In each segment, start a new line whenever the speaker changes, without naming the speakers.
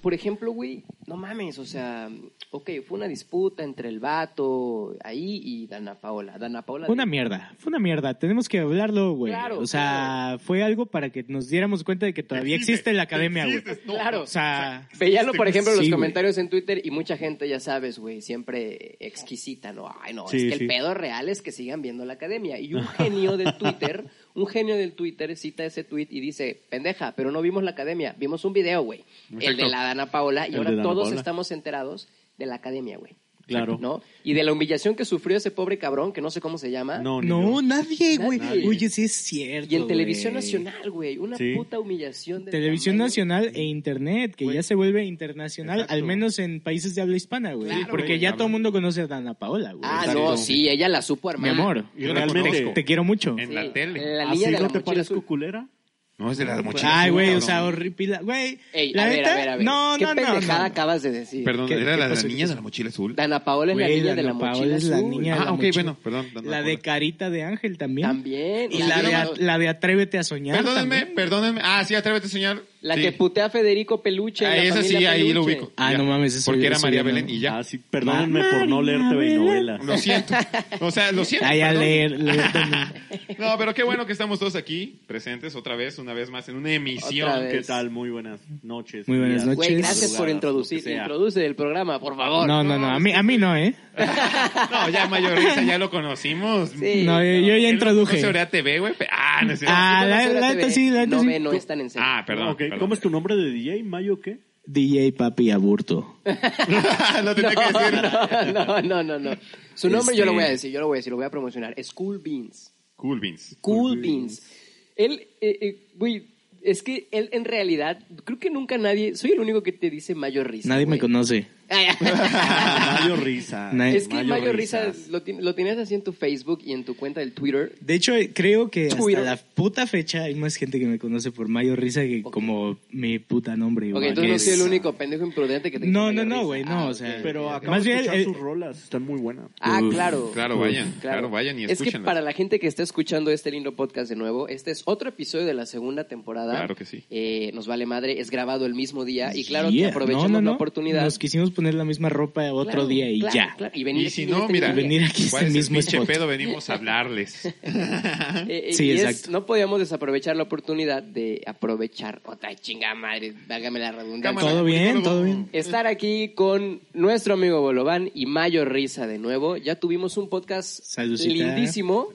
Por ejemplo, güey, no mames, o sea, ok, fue una disputa entre el vato ahí y Dana Paola. Dana Paola.
Fue una mierda, fue una mierda. Tenemos que hablarlo, güey.
Claro,
o sea, fue algo para que nos diéramos cuenta de que todavía existe, la academia, güey.
Existe, no,
Claro.
O sea,
Veíalo, por ejemplo, en los
Sí, güey.
comentarios en Twitter y mucha gente, ya sabes, güey, siempre exquisita, ¿no? Ay, no,
Sí,
es que
sí.
el pedo real es que sigan viendo la academia. Y un genio del Twitter, un genio del Twitter cita ese tweet y dice, pendeja, pero no vimos la academia, vimos un video, güey. El de la Dana Paola y
El de
ahora
Dana
todos
Paola.
estamos enterados de la academia, güey.
Claro.
¿No? Y de la humillación que sufrió ese pobre cabrón, que no sé cómo se llama.
No, ni
no,
yo.
nadie, güey.
Nadie.
Oye, sí es cierto.
Y en Televisión
güey.
Nacional, güey, una
Sí.
puta humillación. del
Televisión
tamaño.
Nacional e Internet, que
Güey.
ya se vuelve internacional,
Exacto.
al menos en países de habla hispana, güey.
Claro,
porque
güey,
ya
cabrón.
todo el mundo conoce a Dana Paola, güey.
Ah,
Exacto.
no, sí, ella la supo
Mi
armar.
amor,
Y realmente-
te, te quiero mucho.
En
Sí,
la tele.
la niña
¿Así
de la
no te
mochila
parezco
azul.
culera?
No, es de la mochila.
Ay,
azul,
güey, o
cabrón.
sea, horripila. Güey,
Ey,
la
a ver,
neta,
a ver, a ver.
no,
¿Qué
no, no,
pendejada
no.
acabas de decir?
Perdón,
¿Qué-
era
qué
la, de la
pasó?
niña de la mochila azul.
Dana Paola es la
Güey,
niña de la
Paola
mochila
es la
azul.
niña de
Ah,
la
ok,
mochila.
bueno, perdón, Dana
La de
Paola.
Carita de Ángel también.
También.
Y la de,
la,
la de Atrévete a Soñar.
Perdónenme,
también.
perdónenme. Ah, sí, atrévete a soñar.
la
Sí.
que putea a Federico Peluche. en
Ah,
la
esa sí,
familia
ahí lo
Peluche.
ubico.
Ah,
Ya.
no mames, eso
Porque
yo-
era
eso
María
yo no.
Belén y ya.
Ah, sí, perdónenme por no leerte telenovelas.
Lo siento. O sea, lo siento.
Ay, a
perdón.
leer, leer también.
No, pero qué bueno que estamos todos aquí presentes otra vez, una vez más, en una
Otra
emisión.
vez.
¿Qué tal? Muy buenas noches.
Muy buenas
días,
noches.
Güey, gracias
madrugadas,
por
lo
introducir.
que sea.
Introduce el programa, por favor.
No, no, no, a mí, a mí no, ¿eh?
No, ya mayorista, ya lo conocimos.
Sí.
No, yo, yo ya
Él
introduje.
No se vería TV, güey. pe- Ah, no es cierto.
Ah,
No, no
la-
se ve
la
TV,
neta sí, la neta
no
sí.
ve, no es tan en serio.
Ah, perdón.
Ok,
perdón.
¿Cómo es tu nombre de DJ? ¿Mayo qué?
DJ Papi Aburto.
lo tenía que decir.
No, no, no, no, no. Su nombre yo lo
Este-
voy a decir, yo lo voy a decir, lo voy a promocionar. Es Cool Beans.
Cool Beans.
Cool Beans. Él, eh, eh, güey, es que él en realidad, creo que nunca nadie, soy el único que te dice Mayor Risa.
Nadie me
güey.
conoce.
Ay,
Ah, Mayo Risa.
Nice.
es que Mayor Risa
Risas.
lo, ti- lo tenías así en tu Facebook y en tu cuenta del Twitter.
De hecho, eh, creo que hasta
Twitter.
la puta fecha hay más gente que me conoce por Mayo Risa que como mi puta nombre.
Ok,
güey,
entonces
que
no soy
es-
el único pendejo imprudente que te dice
No,
Mayor
no, no,
Risa.
güey, no,
Ah,
o sea,
ok.
Pero
Más
acabo de
bien eh,
escuchar
el-
sus rolas. Están muy buenas.
Ah,
Uf,
claro.
claro, vayan, claro, vayan y
Es que
escúchenla.
para la gente que está escuchando este lindo podcast de nuevo, este es otro episodio de la segunda temporada.
Claro que sí.
Eh, nos vale madre, es grabado el mismo día y claro
Yeah.
que aprovechamos
No, no,
la
no.
oportunidad.
Nos quisimos poner la misma ropa otro
Claro,
día y
claro,
ya.
claro. Y venir
Y
aquí
si
en
no,
este
mira,
día.
venir aquí
¿cuál
este
es el
mismo
pinche
spot.
pedo? Venimos a hablarles.
Eh, eh,
Sí,
y es-
exacto.
no podíamos desaprovechar la oportunidad de aprovechar otra chinga madre, válgame la redundancia.
Cámara,
Todo bien,
psicólogo.
todo bien.
Estar aquí con nuestro amigo Bolobán y Mayo Risa de nuevo. Ya tuvimos un podcast
Salucita.
lindísimo.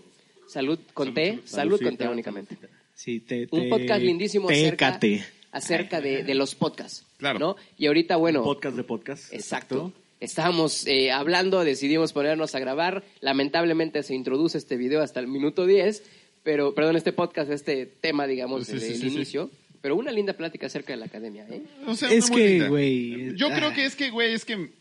Salud con té, salud con té
Salucita.
únicamente.
Sí, te-
Un
te-
podcast lindísimo
te
acerca,
cate.
acerca de, de los podcasts.
Claro.
¿no? Y ahorita, bueno,
Podcast de podcast.
Exacto. Estábamos eh, hablando, decidimos ponernos a grabar. Lamentablemente se introduce este video hasta el minuto 10, pero, perdón, este podcast, este tema, digamos,
Sí,
desde
sí,
el
sí, sí.
inicio. Pero una linda plática acerca de la academia, ¿eh?
O sea,
Es
una muy
que,
linda.
güey,
Yo
ah.
creo que es que, güey, es que.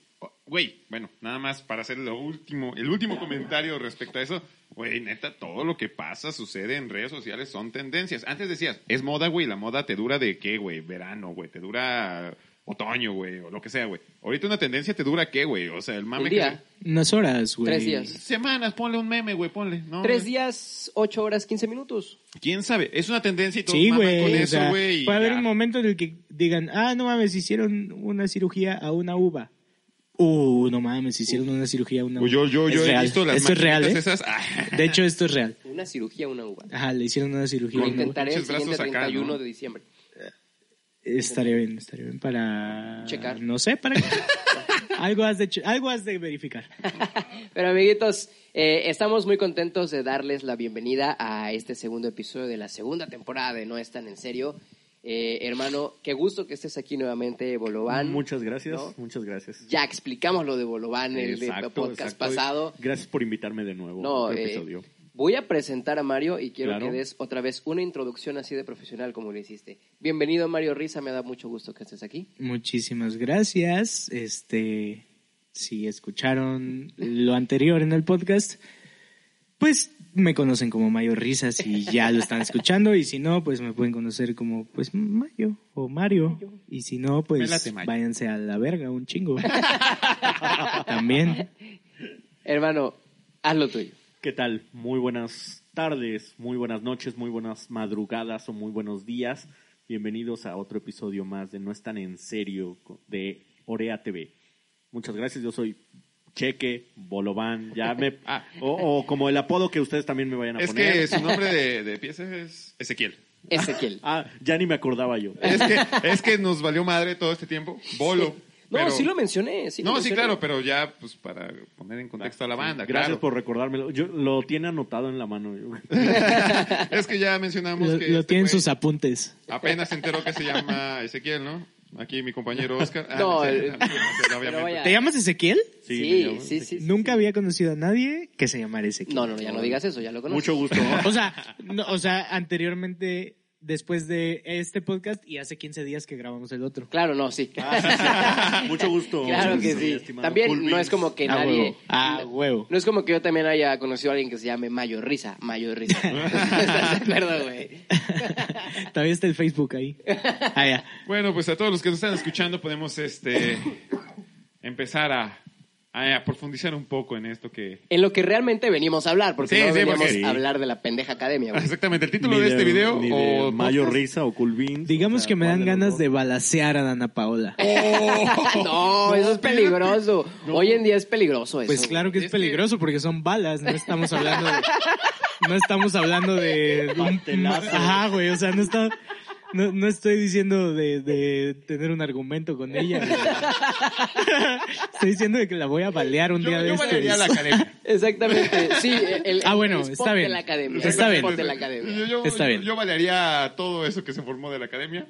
Güey, bueno, nada más para hacer lo último, el último comentario respecto a eso. Güey, neta, todo lo que pasa, sucede en redes sociales, son tendencias. Antes decías, es moda, güey, la moda te dura de qué, güey, verano, güey, te dura otoño, güey, o lo que sea, güey. Ahorita una tendencia te dura qué, güey, o sea, el mame
Un día,
Unas horas, güey.
tres
que...
días.
Semanas, ponle un meme, güey, ponle. No,
Tres
güey.
días, ocho horas, quince minutos.
¿Quién sabe? Es una tendencia y todos
Sí,
maman con
güey. O
eso,
sea,
güey. y
puede haber
ya.
un momento en el que digan, ah, no mames, hicieron una cirugía a una uva. Uh, no mames, hicieron una cirugía a una uva.
Pues Yo, yo, yo
Es
he
real.
visto las
Esto es real,
maquinitas
¿eh?
esas.
De hecho, esto es real.
Una cirugía, una uva.
Ah,
Ajá, le hicieron una cirugía.
Lo
a una uva.
intentaré el
muchos
siguiente
brazos acá,
31
¿no?
de diciembre.
Estaría bien, estaría bien para...
Checar.
No sé, para... algo, has de che- algo has de verificar.
Pero amiguitos, eh, estamos muy contentos de darles la bienvenida a este segundo episodio de la segunda temporada de No es tan en serio. Eh, hermano, qué gusto que estés aquí nuevamente, Bolovan.
Muchas gracias,
¿no?
muchas gracias.
Ya explicamos lo de Bolovan en el de- podcast
exacto.
pasado.
Gracias por invitarme de nuevo.
No,
a otro
eh,
episodio.
voy a presentar a Mario y quiero
Claro.
que des otra vez una introducción así de profesional como lo hiciste. Bienvenido, Mario Risa, me da mucho gusto que estés aquí.
Muchísimas gracias. Este, si escucharon lo anterior en el podcast, pues me conocen como Mayo Risas y ya lo están escuchando. Y si no, pues me pueden conocer como pues Mayo o Mario. Y si no,
Me
pues
late Mayo.
váyanse a la verga un chingo. También.
Hermano, haz lo tuyo.
¿Qué tal? Muy buenas tardes, muy buenas noches, muy buenas madrugadas o muy buenos días. Bienvenidos a otro episodio más de No es tan en serio co- de Orea TV. Muchas gracias, yo soy Cheque, Bolovan, ya me...
Ah.
o, o como el apodo que ustedes también me vayan a
Es
poner.
que su nombre de, de pieza es Ezequiel.
Ezequiel.
Ah, ya ni me acordaba yo.
Es que, es que nos valió madre todo este tiempo. Bolo.
No,
pero-
sí lo mencioné. Sí lo
No, sí,
mencioné.
claro, pero ya, pues, para poner en contexto a la banda.
Ah, Gracias
claro.
por recordármelo. Yo, lo tiene anotado en la mano. yo.
Es que ya mencionamos
Lo,
que.
lo
este
tienen
güey
sus apuntes.
Apenas se enteró que se llama Ezequiel, ¿no? Aquí mi compañero Oscar. Ah,
No,
sí,
el-
sí, sí, obviamente.
pero vaya.
¿Te llamas Ezequiel?
Sí,
Sí,
me llamo-
sí, sí, sí.
Nunca había conocido a nadie que se llamara Ezequiel.
No, no, ya no digas eso, ya lo conoces.
Mucho gusto.
O sea, no, o sea, anteriormente, después de este podcast y hace 15 días que grabamos el otro.
Claro, no, sí.
Mucho gusto.
Claro que sí.
estimado
También
Cool
no
Beans.
es como que
A
nadie.
Ah, huevo. A huevo.
No es como que yo también haya conocido a alguien que se llame Mayo Risa. Mayo Risa. ¿Estás de acuerdo, güey?
Todavía está el Facebook ahí. Ah, ya.
Bueno, pues a todos los que nos están escuchando podemos este empezar a, a- a profundizar un poco en esto que...
En lo que realmente venimos a hablar, porque
Sí,
no
sí,
venimos
porque-
a hablar de la pendeja academia, güey.
Exactamente, el título
Ni
de este video
ni
o...
de Mayo Risa o Cool Beans.
Digamos
o sea,
que me
¿cuál
dan
de los
ganas
dos?
de balasear a Dana Paola.
no, eso Pues, es peligroso. Hoy en día es peligroso eso.
Pues claro que es
es que-
peligroso porque son balas, no estamos hablando de... No estamos hablando de... de un-
Martelazo.
Ajá, güey, o sea, no está... No, no estoy diciendo de, de tener un argumento con ella. güey. Estoy diciendo de que la voy a balear un
Yo,
día de
yo
estos.
valería la academia.
Exactamente. Sí, el, el-
Ah, bueno,
el spot
está bien.
de la academia.
Está
el
bien.
spot de la academia.
Yo, yo-
Está bien.
yo valería todo eso que se formó de la academia.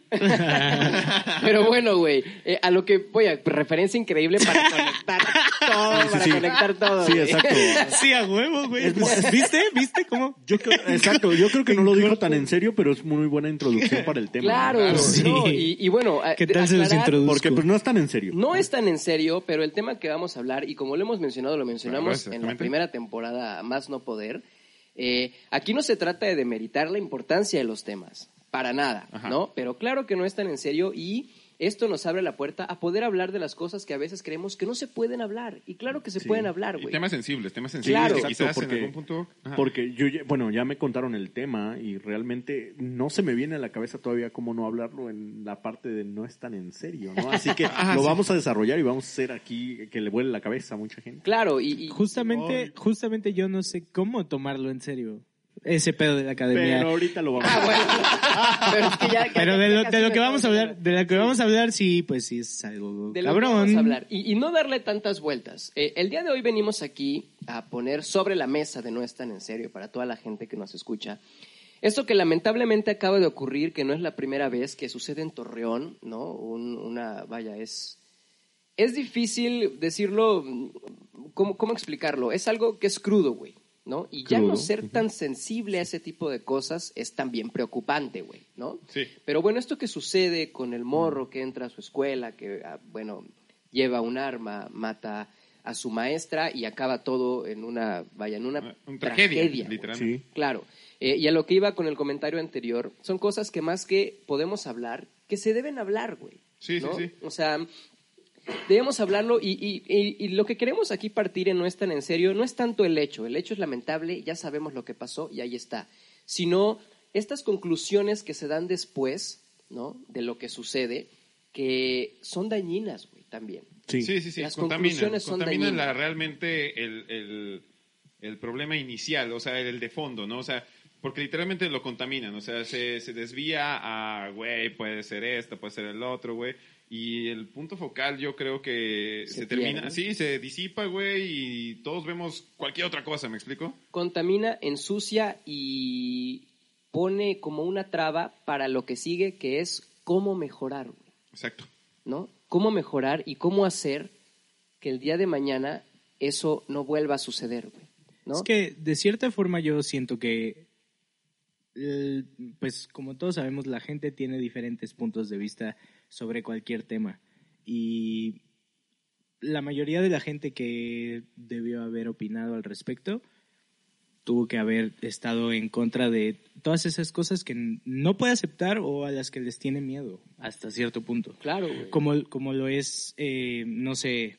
Pero bueno, güey, eh, a lo que voy a referencia increíble para conectar todo,
Sí,
para
sí.
conectar todo.
Sí,
güey.
exacto.
Sí, a huevo, güey. ¿Viste? ¿Viste cómo?
Yo creo, exacto, yo creo que no lo digo tan en serio, pero es muy buena introducción para el tema.
Claro,
Sí.
no, y, y bueno, a-
¿Qué tal se los
aclarar,
introduzco?
Porque pues no es tan en serio.
No es tan en serio, pero el tema que vamos a hablar, y como lo hemos mencionado, lo
Claro,
mencionamos en
exactamente.
la primera temporada, a más no poder, eh, aquí no se trata de demeritar la importancia de los temas, para nada,
Ajá.
¿no? Pero claro que no es tan en serio y esto nos abre la puerta a poder hablar de las cosas que a veces creemos que no se pueden hablar, y claro que se pueden hablar,
Y
güey.
temas sensibles, temas
Sí,
sensibles
Claro.
que
exacto,
quizás
porque,
en algún punto... ajá.
porque yo, ya- bueno, ya me contaron el tema y realmente no se me viene a la cabeza todavía cómo no hablarlo en la parte de no es tan en serio, ¿no? Así que
Ajá,
lo
Ah, sí.
vamos a desarrollar y vamos a hacer aquí que le vuele la cabeza a mucha gente.
Claro, y, y-
Justamente, justamente yo no sé cómo tomarlo en serio. Ese pedo de la academia.
Pero
Pero,
ahorita lo vamos
Ah,
a
bueno. Pero es que ya- ya- ya
de, lo,
casi
de lo
me
que vamos a
estamos
hablar, de lo que vamos a hablar, sí, pues sí es algo
de lo que
cabrón.
vamos a hablar. Y, y no darle tantas vueltas. Eh, el día de hoy venimos aquí a poner sobre la mesa de No es tan en serio para toda la gente que nos escucha. Esto que lamentablemente acaba de ocurrir, que no es la primera vez que sucede en Torreón, ¿no? Un- una, vaya, es... Es difícil decirlo, mm, ¿cómo, cómo explicarlo? Es algo que es crudo, güey, ¿no? Y ya no
Crudo.
ser tan sensible a ese tipo de cosas es también preocupante, güey, ¿no?
Sí.
Pero bueno, esto que sucede con el morro que entra a su escuela, que, ah, bueno, lleva un arma, mata a su maestra y acaba todo en una, vaya, en una
Ah, Un tragedia,
tragedia. güey.
literalmente.
Sí.
Claro. Eh, y a lo que iba con el comentario anterior, son cosas que más que podemos hablar, que se deben hablar, güey.
Sí, sí,
¿no?
sí.
O sea, debemos hablarlo y, y- y- y lo que queremos aquí partir en no es tan en serio, no es tanto el hecho, el hecho es lamentable, ya sabemos lo que pasó y ahí está, sino estas conclusiones que se dan después, ¿no? De lo que sucede, que son dañinas, güey, también.
Sí.
Sí, sí, sí.
Las
contaminan,
conclusiones son
contaminan la-
dañinas.
realmente el, el- el problema inicial, o sea, el de fondo, ¿no? O sea, porque literalmente lo contaminan, o sea, se, se desvía a, güey, puede ser esto, puede ser el otro, güey. Y el punto focal yo creo que se,
Se
termina,
pierde.
sí, se disipa, güey, y todos vemos cualquier otra cosa, ¿me explico?
Contamina, ensucia y pone como una traba para lo que sigue, que es cómo mejorar, güey,
Exacto.
¿no? Cómo mejorar y cómo hacer que el día de mañana eso no vuelva a suceder, güey. ¿no?
Es que de cierta forma yo siento que, eh, pues como todos sabemos, la gente tiene diferentes puntos de vista sobre cualquier tema. Y la mayoría de la gente que debió haber opinado al respecto tuvo que haber estado en contra de todas esas cosas que n- no puede aceptar o a las que les tiene miedo hasta cierto punto.
Claro, güey.
Como, como lo es, eh, no sé,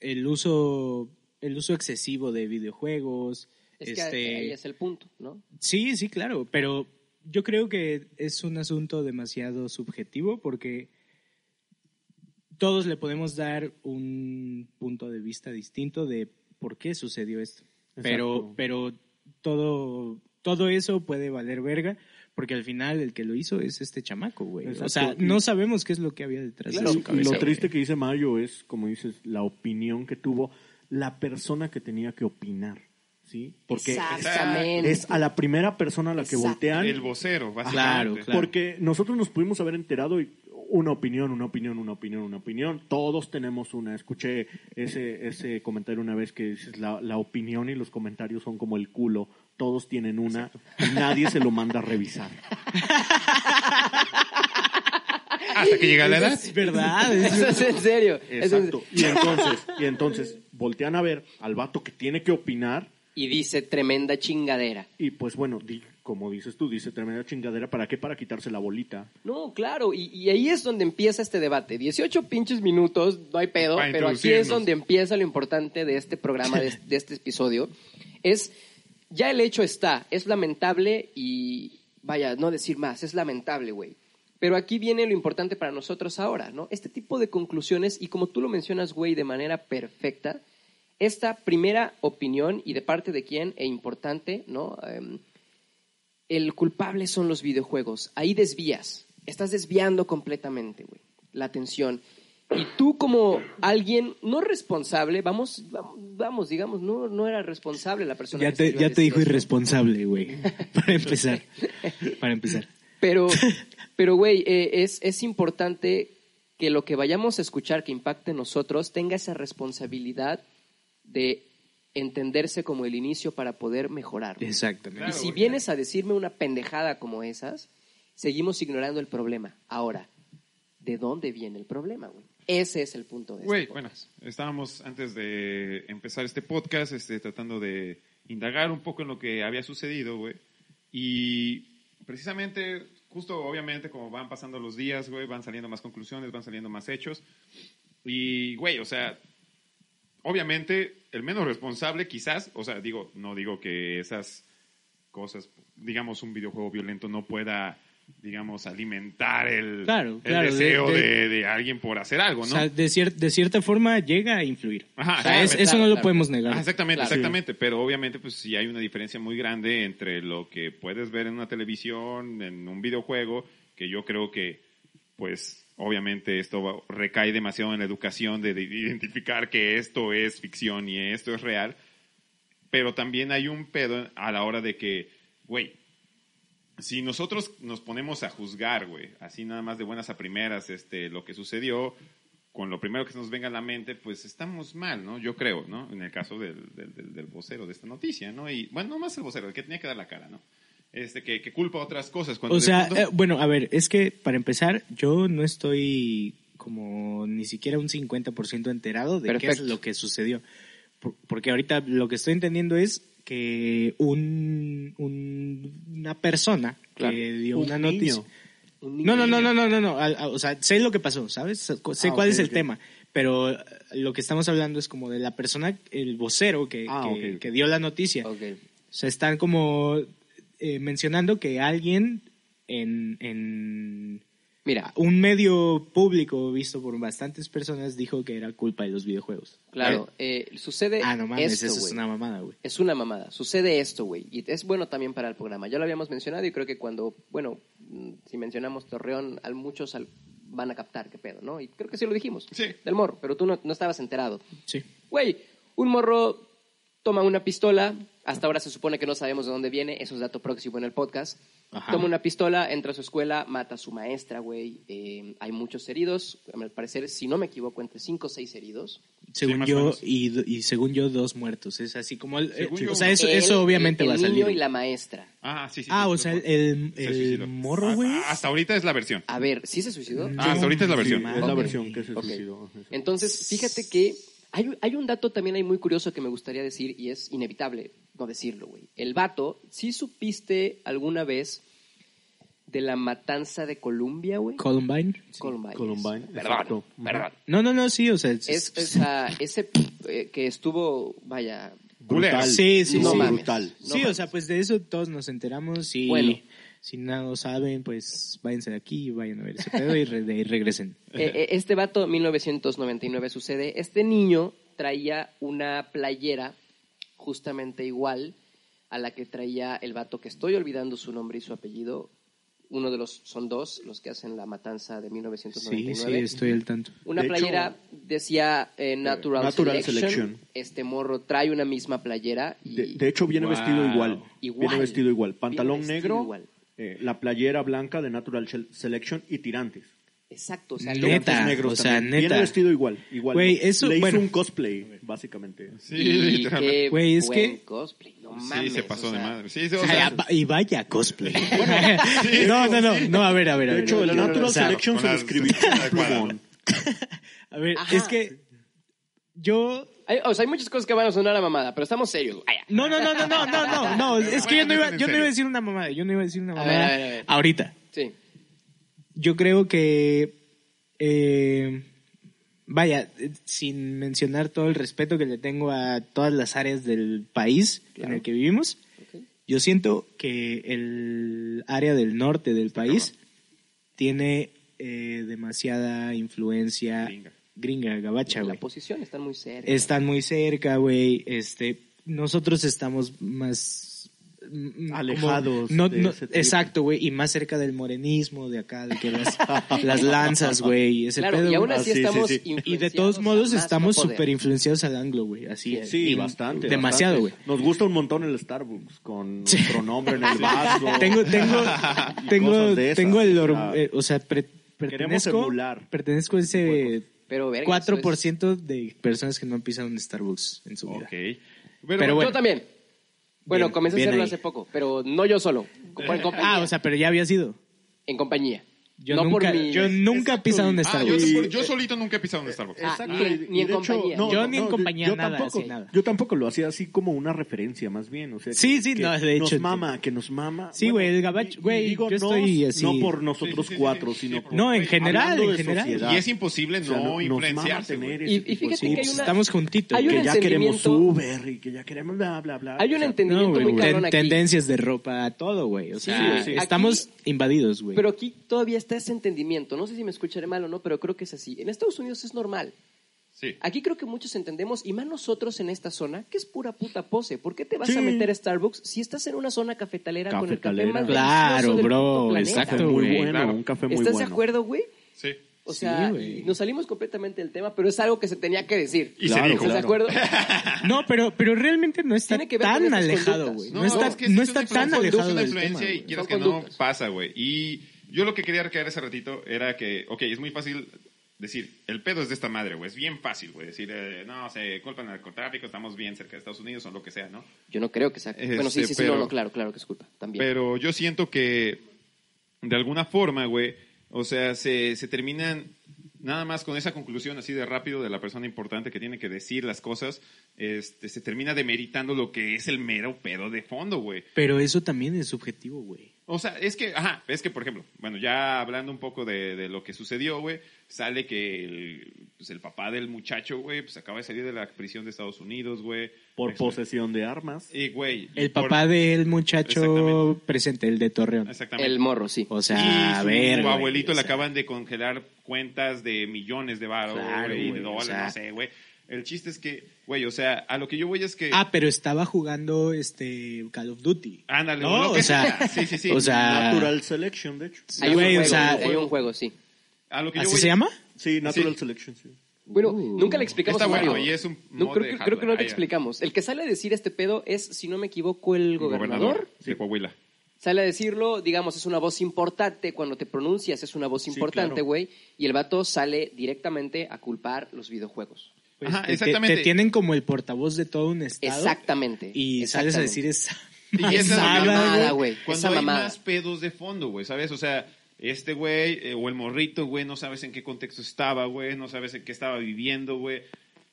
el uso, el uso excesivo de videojuegos.
Es que
este,
ahí es el punto, ¿no?
Sí, sí, claro, pero yo creo que es un asunto demasiado subjetivo porque todos le podemos dar un punto de vista distinto de por qué sucedió esto. Pero,
Exacto.
pero todo, todo eso puede valer verga porque al final el que lo hizo es este chamaco, güey. O
Exacto.
sea, no sabemos qué es lo que había detrás
Claro,
de
Y
su cabeza.
lo
güey.
triste que dice Mayo es, como dices, la opinión que tuvo la persona que tenía que opinar, ¿sí? Porque
Exactamente.
es a la primera persona a la que
Exacto.
voltean.
El vocero,
Claro,
básicamente.
claro.
Porque nosotros nos pudimos haber enterado y una opinión, una opinión, una opinión, una opinión. Todos tenemos una. Escuché ese, ese comentario una vez que dices la, la opinión y los comentarios son como el culo. Todos tienen una y nadie se lo manda a revisar.
Hasta que llega la edad.
Es verdad, es
Eso es en serio. eso es en-
Exacto. Y entonces, y entonces voltean a ver al vato que tiene que opinar
Y dice tremenda chingadera.
y pues bueno, di- como dices tú, dice tremenda chingadera. ¿Para qué? Para quitarse la bolita.
No, claro, y, y ahí es donde empieza este debate. 18 pinches minutos, no hay pedo,
Para
pero aquí
introducirnos.
es donde empieza lo importante de este programa, de, de este episodio. Es, ya el hecho está, es lamentable y, vaya, no decir más, es lamentable, güey. Pero aquí viene lo importante para nosotros ahora, ¿no? Este tipo de conclusiones, y como tú lo mencionas, güey, de manera perfecta, esta primera opinión y de parte de quién, e importante, ¿no? Em, el culpable son los videojuegos. Ahí desvías. Estás desviando completamente, güey, la atención. Y tú como alguien no responsable, vamos, vam- vamos, digamos, no, no era responsable la persona.
Ya
que
te,
escribió
ya
la
te dijo
situación.
irresponsable, güey. Para empezar. Para empezar.
Pero, pero güey, eh, es, es importante que lo que vayamos a escuchar que impacte en nosotros tenga esa responsabilidad de entenderse como el inicio para poder mejorar. güey.
Exactamente.
Y
Claro,
si
güey.
vienes a decirme una pendejada como esas, seguimos ignorando el problema. Ahora, ¿de dónde viene el problema, güey? Ese es el punto de este
Güey, bueno,
podcast.
estábamos antes de empezar este podcast este, tratando de indagar un poco en lo que había sucedido, güey. Y precisamente, justo obviamente, como van pasando los días, güey, van saliendo más conclusiones, van saliendo más hechos. Y, güey, o sea, obviamente, el menos responsable quizás, o sea, digo, no digo que esas cosas, digamos, un videojuego violento no pueda digamos, alimentar el,
Claro,
el
claro, de-
deseo de,
de-
de alguien por hacer algo, ¿no?
O sea, de, cier- de cierta forma llega a influir.
Ajá,
O sea, es- eso
claro,
no
claro,
lo
claro.
podemos negar.
Ah, exactamente,
Claro.
exactamente. Pero obviamente, pues sí hay una diferencia muy grande entre lo que puedes ver en una televisión, en un videojuego, que yo creo que, pues, obviamente esto va- recae demasiado en la educación de, de identificar que esto es ficción y esto es real. Pero también hay un pedo a la hora de que, güey, si nosotros nos ponemos a juzgar, güey, así nada más de buenas a primeras, este, lo que sucedió, con lo primero que se nos venga a la mente, pues estamos mal, ¿no? Yo creo, ¿no? En el caso del, del- del- del vocero de esta noticia, ¿no? Y, bueno, no más el vocero, el que tenía que dar la cara, ¿no? Este, que, que culpa a otras cosas. Cuando
O
de
sea,
pronto-
eh, bueno, a ver, es que para empezar, yo no estoy como ni siquiera un 50% enterado de qué
Perfecto.
es lo que sucedió. Por- porque ahorita lo que estoy entendiendo es que un, un- una persona
Claro.
que dio
Un
una
niño.
noticia...
Un niño-
No, no, no, no, no, no, no. Al- a- O sea, sé lo que pasó, ¿sabes? Sé cu- sé
Ah,
cuál
ok,
es el
ok.
tema, pero eh, lo que estamos hablando es como de la persona, el vocero que,
Ah,
que,
ok, ok.
que dio la noticia.
Ok.
O sea, están como eh, mencionando que alguien en, en
Mira,
un medio público visto por bastantes personas dijo que era culpa de los videojuegos.
claro, eh, sucede
Ah, no mames,
esto,
eso es
güey.
una mamada, güey.
Es una mamada. Sucede esto, güey. Y es bueno también para el programa. Ya lo habíamos mencionado y creo que cuando, bueno, mm, si mencionamos Torreón, al muchos al- van a captar qué pedo, ¿no? Y creo que sí lo dijimos.
Sí.
Del morro, pero tú no, no estabas enterado.
Sí.
Güey, un morro toma una pistola, hasta ahora se supone que no sabemos de dónde viene, eso es dato próximo en el podcast.
Ajá.
Toma una pistola, entra a su escuela, mata a su maestra, güey. Eh, hay muchos heridos, al parecer, si no me equivoco, entre 5 o 6 heridos.
Según
más o
yo,
menos.
y, do- y según yo, dos muertos. Es así como... el- eh,
Según yo,
o sea, eso,
Él,
eso obviamente
el,
va a
el
salir.
niño y la maestra.
Ah, sí, sí.
Ah,
sí,
o
sí,
sea,
sí.
el, el-
Se
el
suicidó.
morro,
Ah,
güey.
ah, Hasta ahorita es la versión.
A ver, ¿sí se suicidó?
Ah, hasta ahorita es la versión.
Es la
Ok.
versión que se
Ok.
suicidó.
Entonces, fíjate que hay, hay un dato también ahí muy curioso que me gustaría decir y es inevitable no decirlo, güey. El vato, ¿sí supiste alguna vez de la matanza de Colombia, güey?
Columbine.
Columbine.
Columbine,
Perdón,
exacto.
perdón.
No, no, no, sí, o sea... es-
Es, o sea, ese eh, que estuvo, vaya,
Culera.
Brutal.
Sí, sí,
no
sí.
mames.
brutal.
No
sí, o
mames.
sea, pues de eso todos nos enteramos y
Bueno.
si no lo saben, pues váyanse de aquí y vayan a ver ese pedo y, re- de ahí regresen.
Eh, eh, este vato, 1999 sucede, este niño traía una playera justamente igual a la que traía el vato que estoy olvidando su nombre y su apellido. Uno de los, son dos los que hacen la matanza de
Sí,
1999.
sí, estoy al tanto.
Una
De hecho,
playera decía eh, Natural,
Natural
Selection.
Selection.
Este morro trae una misma playera y
De, de hecho, viene
Wow.
vestido igual.
Igual.
Viene vestido igual.
Viene
Pantalón
vestido
negro,
igual.
eh, la playera blanca de Natural Shel- Selection y tirantes.
exacto, o sea,
Neta.
lo-
Tirantes negros
o sea,
también.
neta.
Viene vestido igual. igual
Güey, eso-
Le hizo
bueno.
un cosplay, básicamente.
Sí,
y
literalmente.
qué
Güey, es
buen
que-
cosplay, no
Sí,
mames,
se pasó
o sea,
de madre. Sí, sí, o
O
sea,
sea, va- y vaya cosplay. no, no, no, no, a ver, a ver. a
De
ver,
hecho,
a ver,
el
a ver,
Natural
o sea,
Selection
con
se lo
las-
escribió con un
cuadrado.
plumón.
A ver,
Ajá.
es que yo...
Hay, o sea, hay muchas cosas que van a sonar a mamada, pero estamos serios. güey. Ay, ay.
No, no, no, no, no, no, no, no, es que yo no, iba, yo no iba a
Bueno,
decir una mamada, yo no iba a decir una
A ver,
mamada
a ver, a ver.
ahorita.
Sí.
Yo creo que, eh, vaya, eh, sin mencionar todo el respeto que le tengo a todas las áreas del país en el que vivimos, yo siento que el área del norte del país tiene eh, demasiada influencia
Gringa.
gringa, gabacha,
La
güey.
posición están muy cerca.
Están muy cerca, güey. Este, nosotros estamos más mm, mm,
Alejados
como- no,
de
no,
ese tipo.
exacto, güey, y más cerca del morenismo de acá, de que las, las lanzas, güey, y ese
claro,
pedo,
y aún
güey.
así
Ah, sí, sí,
estamos
sí. Y
Y
de
de
influenciados
todos modos
a más
estamos
no poder.
súper influenciados al anglo, güey, así. es.
Sí,
Y
bastante.
Demasiado, güey.
bastante. Nos gusta un montón el Starbucks con nuestro nombre en el vaso.
Tengo tengo tengo
Cosas de esas,
tengo el or-
ah.
eh, o sea, pre- pertenezco
emular.
pertenezco a ese
Pero verga,
4% de personas que no pisan un Starbucks en su vida.
Ok. Pero,
Pero bueno.
Yo también. Bueno,
Bien,
comencé
bien
a hacerlo
ahí.
hace poco, pero no yo solo. Con- en compañía.
Ah, o sea, pero ya había sido.
en compañía.
Yo
no
nunca,
por mi...
yo nunca he pisado un
Ah, yo,
Starbucks.
yo- yo solito nunca he pisado
eh,
un Starbucks.
Ah,
Exacto,
ni-
y-
ni
y
en
de hecho,
compañía.
no,
Yo
no,
ni en compañía, nada,
tampoco,
así, nada.
Yo tampoco lo hacía así como una referencia, más bien. O sea,
Sí,
que-
sí,
que
no, de hecho,
Nos mama, que nos mama.
Sí, güey, el gabacho,
y- y
güey,
digo
yo
nos,
estoy así.
No por
Sí,
nosotros
sí, sí,
cuatro,
sí,
sino
sí,
por.
por-
No, en general,
hablando
en
de
general.
sociedad.
Y es imposible
O sea,
no,
nos
influenciarse.
mama tener ese
güey.
Y- y
tipo de
fíjate
Sí,
que
pues
hay una-
estamos juntitos.
hay
que
un
ya queremos
entendimiento-
Uber y que ya queremos bla, bla, bla.
Hay un
O sea,
entendimiento
güey,
muy
ten-
cabrón aquí.
tendencias de ropa, todo, güey. O
Sí,
sea,
güey, sí.
estamos invadidos, güey.
Pero aquí todavía está ese entendimiento. No sé si me escucharé mal o no, pero creo que es así. En Estados Unidos es normal.
Sí.
Aquí creo que muchos entendemos, y más nosotros en esta zona, que es pura puta pose. ¿Por qué te vas
Sí.
a meter a Starbucks si estás en una zona cafetalera, con el café
Cafetalera.
más
Claro,
delicioso del
bro,
puto planeta?
Café
exacto,
muy
güey,
bueno,
claro.
un café muy
¿Estás
bueno.
de acuerdo, güey?
Sí.
O
Sí,
sea,
güey.
nos salimos completamente del tema, pero es algo que se tenía que decir.
Y
Claro,
se dijo.
¿Estás de
claro.
acuerdo?
no, pero, pero realmente no está
Tiene que ver con
tan
esas
alejado,
conductas.
güey. No,
No,
está,
es que
no
es
está
una
tan
influencia,
alejado
Es una
del
influencia
tema,
y
güey.
quieras
Son
que no
conductas.
pasa, güey. Y yo lo que quería recalcar hace ratito era que, ok, es muy fácil decir, el pedo es de esta madre, güey. Es bien fácil, güey. Decir, eh, no, se culpa el narcotráfico, estamos bien cerca de Estados Unidos o lo que sea, ¿no?
Yo no creo que sea. bueno, sí,
Este,
sí, sí,
pero-
no, no, claro, claro que es culpa. También.
Pero yo siento que, de alguna forma, güey, o sea, se, se terminan nada más con esa conclusión así de rápido de la persona importante que tiene que decir las cosas, este, se termina demeritando lo que es el mero pedo de fondo, güey.
Pero eso también es subjetivo, güey.
O sea, es que, ajá, es que, por ejemplo, bueno, ya hablando un poco de, de lo que sucedió, güey, sale que el, pues, el papá del muchacho, güey, pues acaba de salir de la prisión de Estados Unidos, güey.
Por
Pues,
posesión de armas.
Y, güey.
El
por-
papá del muchacho
Exactamente.
presente, el de Torreón.
Exactamente.
el morro, sí.
O
y
sea,
su
a ver, güey,
abuelito
o
le
sea,
acaban de congelar cuentas de millones de baros,
Claro,
güey, y de
güey, o
dólares,
sea.
no sé, güey. El chiste es que, güey, o sea, a lo que yo voy es que...
Ah, pero estaba jugando este Call of Duty.
Ándale,
No,
lo que
o sea,
sea. Sí, sí, sí.
o sea,
Natural Selection, de hecho.
Sí,
Hay un
güey, o
juego,
sea,
hay un juego, sí.
a lo que yo
¿Así
voy
se llama?
Sí, Natural
Sí.
Selection, sí.
Bueno, nunca le explicamos
Está
a Mario.
bueno, y es un
no,
mod
creo,
de
que, creo
hardware.
que no
Ah,
te
ya.
explicamos. El que sale a decir este pedo es, si no me equivoco, el gobernador.
de Coahuila.
Sale a decirlo, digamos, es una voz importante. Cuando te pronuncias es una voz
Sí,
importante,
claro.
güey. Y el vato sale directamente a culpar los videojuegos.
Pues
Ajá,
te- te-
exactamente.
Te, tienen como el portavoz de todo un estado.
Exactamente.
Y sales
exactamente.
a decir esa.
Y esa es la
mamada,
mamada,
güey.
güey. Cuando
Esa
hay
mamada.
más pedos de fondo, güey, ¿sabes? O sea, este güey eh, o el morrito, güey, no sabes en qué contexto estaba, güey, no sabes en qué estaba viviendo, güey.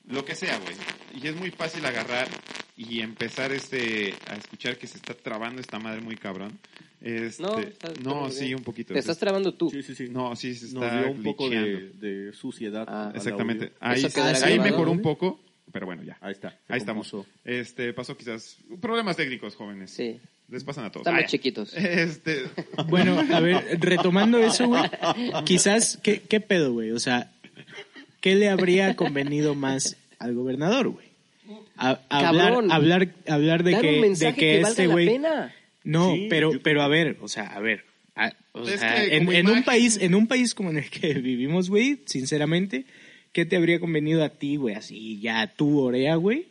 Lo que sea, güey. Y es muy fácil agarrar y empezar este a escuchar que se está trabando esta madre muy cabrón. Este,
No,
no,
está- está muy
sí,
bien.
un poquito.
Te estás trabando tú.
Sí, sí, sí.
no, sí, se
Nos
está
dio un poco
glitcheando.
de, de suciedad.
Ah.
al
Exactamente.
audio.
Ahí,
Eso
está-
quedará
ahí
grabado,
mejoró un
¿sí?
poco, pero bueno, ya.
Ahí está. se
Ahí estamos.
compuso.
Este, pasó quizás problemas técnicos, jóvenes.
Sí.
Les pasan a todos.
Estamos
Ah, ya.
chiquitos.
Este,
Bueno, a ver, retomando eso, güey. Quizás, ¿qué, qué pedo, güey? O sea, ¿qué le habría convenido más al gobernador, güey? A- hablar,
Cabrón.
hablar, hablar de
Dar
que,
un mensaje
de
que,
que, este
valga
güey.
la pena.
No,
Sí,
pero,
yo-
pero a ver, o sea, a ver. a- o
Pues Es
sea,
que
en,
como
en
imagen-
un país, en un país como en el que vivimos, güey, sinceramente, ¿qué te habría convenido a ti, güey? Así ya tú, Orea, güey,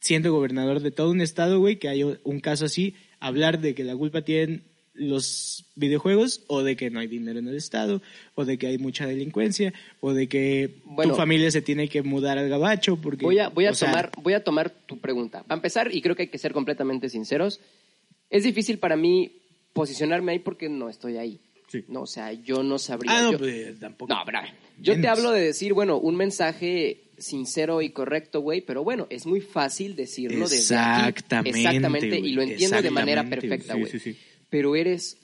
siendo gobernador de todo un estado, güey, que haya un caso así, hablar de que la culpa tienen los videojuegos o de que no hay dinero en el estado o de que hay mucha delincuencia o de que
Bueno.
tu familia se tiene que mudar al gabacho porque
Voy a, voy a
o sea,
tomar, voy a tomar tu pregunta. Para empezar, y creo que hay que ser completamente sinceros, es difícil para mí posicionarme ahí porque no estoy ahí.
Sí.
No, o sea, yo no sabría.
Ah, no,
yo,
pues, tampoco.
No, pero a ver, yo te
Menos.
hablo de decir, bueno, un mensaje sincero y correcto, güey, pero bueno, es muy fácil decirlo
Exactamente,
desde aquí. Exactamente, y
güey,
lo entiendo de manera
exactamente,
perfecta,
güey.
güey.
Sí, sí, sí.
Pero eres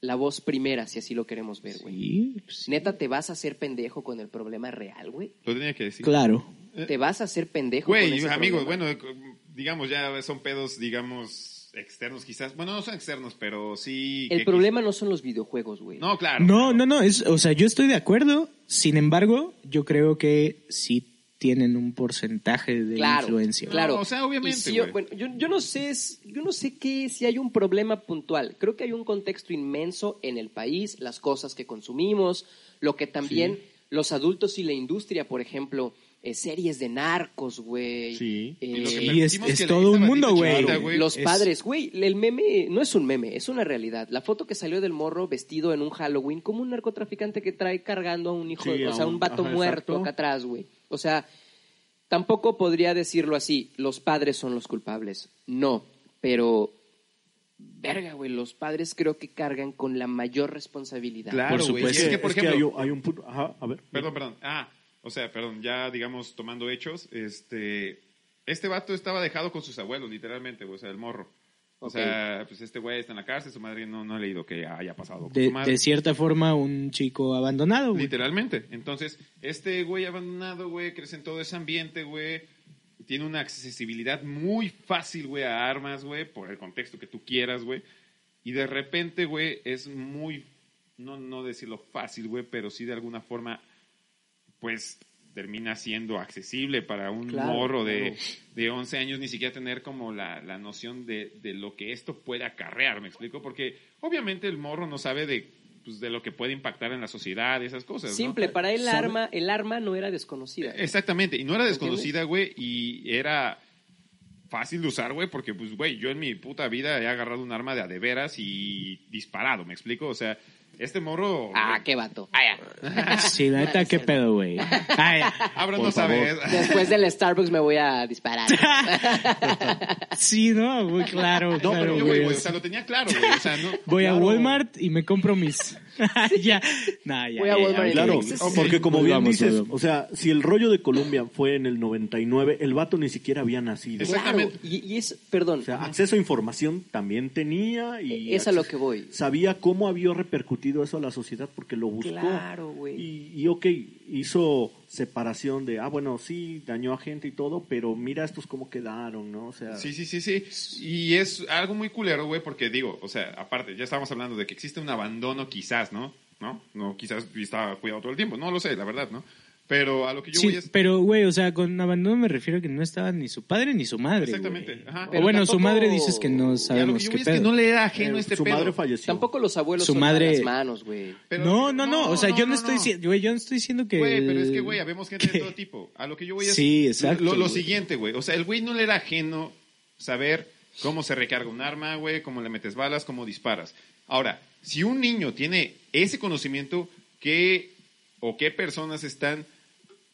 la voz primera, si así lo queremos ver, güey.
Sí, pues,
Neta, ¿te vas a hacer pendejo con el problema real, güey?
lo tenía que decir.
claro.
¿Te vas a hacer pendejo con
Eh, Güey,
ese
amigos,
problema?
bueno, eh, digamos, ya son pedos, digamos, externos quizás. Bueno, no son externos, pero sí...
El
que
problema no son los videojuegos, güey.
quis- Ah, No, claro.
No,
claro.
no, no, es, o sea, yo estoy de acuerdo, sin embargo, yo creo que sí tienen un porcentaje de
claro,
influencia.
Claro.
No, o sea, obviamente,
Y si yo,
güey.
bueno, yo, yo no sé, es- yo no sé qué, si hay un problema puntual. Creo que hay un contexto inmenso en el país, las cosas que consumimos, lo que también los adultos y la industria, por ejemplo, eh, series de narcos, güey.
Sí.
Eh,
Y lo que
Y
permitimos
es-
que
es
le-
todo
esta
un mundo,
bandita
güey.
chiquita,
los
es-
padres, güey, el meme no es un meme, es una realidad. La foto que salió del morro vestido en un Halloween como un narcotraficante que trae cargando a un hijo,
Sí,
o
a
sea,
un-
un vato
ajá,
muerto
exacto.
acá atrás, güey. O sea, tampoco podría decirlo así, los padres son los culpables. No, pero verga, güey, los padres creo que cargan con la mayor responsabilidad.
Claro,
Por
güey. Y
supuesto.
es que, por ejemplo...
hay un- hay, un punto. Ajá, a ver.
Perdón, perdón. Ah, o sea, perdón, ya digamos tomando hechos, este este vato estaba dejado con sus abuelos, literalmente, güey, o sea, el morro. O
Ok.
sea, pues este güey está en la cárcel, su madre no, no he leído que haya pasado con
De,
su madre.
de cierta forma, un chico abandonado, güey.
Literalmente. Entonces, este güey abandonado, güey, crece en todo ese ambiente, güey. Tiene una accesibilidad muy fácil, güey, a armas, güey, por el contexto que tú quieras, güey. Y de repente, güey, es muy, no, no decirlo fácil, güey, pero sí de alguna forma, pues termina siendo accesible para un
Claro,
morro de,
claro.
de 11 años, ni siquiera tener como la, la noción de, de lo que esto puede acarrear, ¿me explico? Porque obviamente el morro no sabe de, pues, de lo que puede impactar en la sociedad, esas cosas. ¿no?
Simple, para él la
¿Sabe?
arma, el arma no era desconocida.
Eh,
Exactamente, y no era
¿Entiendes?
desconocida, güey, y era fácil de usar, güey, porque, pues, güey, yo en mi puta vida he agarrado un arma de a de veras y disparado, ¿me explico? O sea, este morro...
Ah,
güey,
qué vato. Ah, ya.
Sí, la neta, qué pedo, güey. Ay,
Abra
Por
no sabe.
Después del Starbucks me voy a disparar.
sí, ¿no? Muy claro,
No,
claro,
pero yo,
güey.
güey, o sea, lo tenía claro, güey, o sea, no...
Voy
claro.
a Walmart y me compro mis... ya, nah, ya,
Voy a
ya, ya,
Walmart y-
Claro,
Sí, sí,
sí.
porque como bien
Volvamos,
dices,
volvamos.
o sea, si el rollo de Colombia fue en el 99, el vato ni siquiera había nacido.
Exacto.
Claro,
Exactamente.
y, y es, perdón,
O sea, acceso a información también tenía y...
E, Es a lo
acceso-
que voy.
Sabía cómo había repercutido eso a la sociedad porque lo buscó.
Claro, güey.
Y, y, ok, hizo separación de, ah, bueno, sí, dañó a gente y todo, pero mira estos cómo quedaron, ¿no? O sea... eh,
Sí, sí, sí, sí. Y es algo muy culero, güey, porque digo, o sea, aparte, ya estábamos hablando de que existe un abandono quizás, ¿no? ¿No? No, quizás estaba cuidado todo el tiempo, no lo sé, la verdad, ¿no? Pero a lo que yo
Sí,
voy es...
pero güey, o sea, con abandono me refiero a que no estaba ni su padre ni su madre.
Exactamente,
güey.
ajá.
O
Pero
bueno, su
tampoco-
madre dices que
Y a lo que
no
y a lo que
sabemos
yo
qué
voy es que
pedo.
no le era ajeno este
Eh, Su
pedo.
madre falleció.
Tampoco los abuelos
Su
son malas
madre-
manos, güey.
Pero-
no, no, no, o sea, yo no, estoy diciendo, güey, yo no estoy diciendo que
Güey, pero es que,
el-
güey, habemos gente
que-
de todo tipo. A lo que yo voy es...
Sí, exacto,
Lo, lo
güey.
siguiente, güey. O sea, el güey no le era ajeno saber cómo se recarga un arma, güey, cómo le metes balas, cómo disparas. Ahora, si un niño tiene ese conocimiento, ¿qué o qué personas están,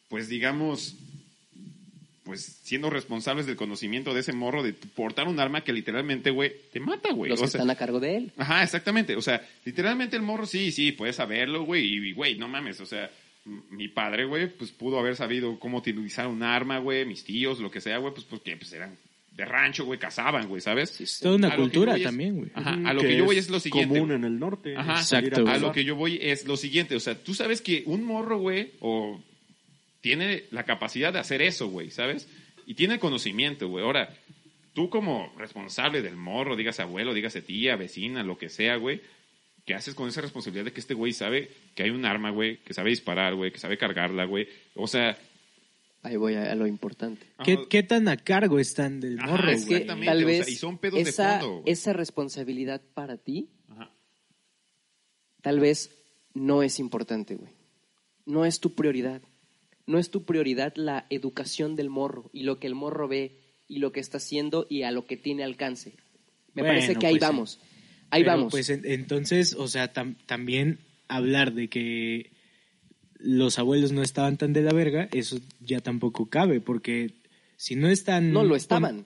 pues digamos, pues siendo responsables del conocimiento de ese morro de portar un arma que literalmente, güey, te mata, güey?
los
O
que
sea,
están a cargo de él.
Ajá, exactamente. O sea, literalmente el morro, sí, sí, puedes saberlo, güey. Y, güey, no mames. O sea, m- mi padre, güey, pues pudo haber sabido cómo utilizar un arma, güey. Mis tíos, lo que sea, güey, pues porque pues, eran de rancho, güey, cazaban, güey, ¿sabes?
toda una
A lo que
cultura
yo voy es-
también, güey.
Ajá, a lo que, yo voy es lo siguiente.
Común
güey.
en el norte.
Ajá,
salir
exacto,
a
A
cazar.
lo que yo voy es lo siguiente. O sea, tú sabes que un morro, güey, o tiene la capacidad de hacer eso, güey, ¿sabes? Y tiene el conocimiento, güey. Ahora, tú como responsable del morro, digas abuelo, digas tía, vecina, lo que sea, güey, ¿qué haces con esa responsabilidad de que este güey sabe que hay un arma, güey, que sabe disparar, güey, que sabe cargarla, güey? O sea,
Ahí voy a, a lo importante.
¿Qué,
ajá,
qué tan a cargo están del
Ajá,
morro,
es
Es que
güey?
Ah, Exactamente,
tal
o sea,
vez
y son pedos de
esa,
fondo, güey.
esa responsabilidad para ti
ajá.
tal vez no es importante, güey. No es tu prioridad. No es tu prioridad la educación del morro y lo que el morro ve y lo que está haciendo y a lo que tiene alcance. Me
Bueno,
parece que ahí
pues sí.
vamos. Ahí
Pero,
vamos.
Pues en- entonces, o sea, tam- también hablar de que los abuelos no estaban tan de la verga, eso ya tampoco cabe, porque si no están...
no lo estaban.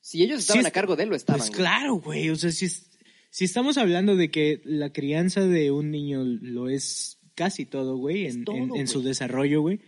Si ellos
Sí
estaban
es-
a cargo de él, lo estaban.
Pues
güey.
claro, güey. O sea, si, es- si estamos hablando de que la crianza de un niño lo es casi todo, güey,
Es
en,
todo,
en- en
güey.
su desarrollo, güey.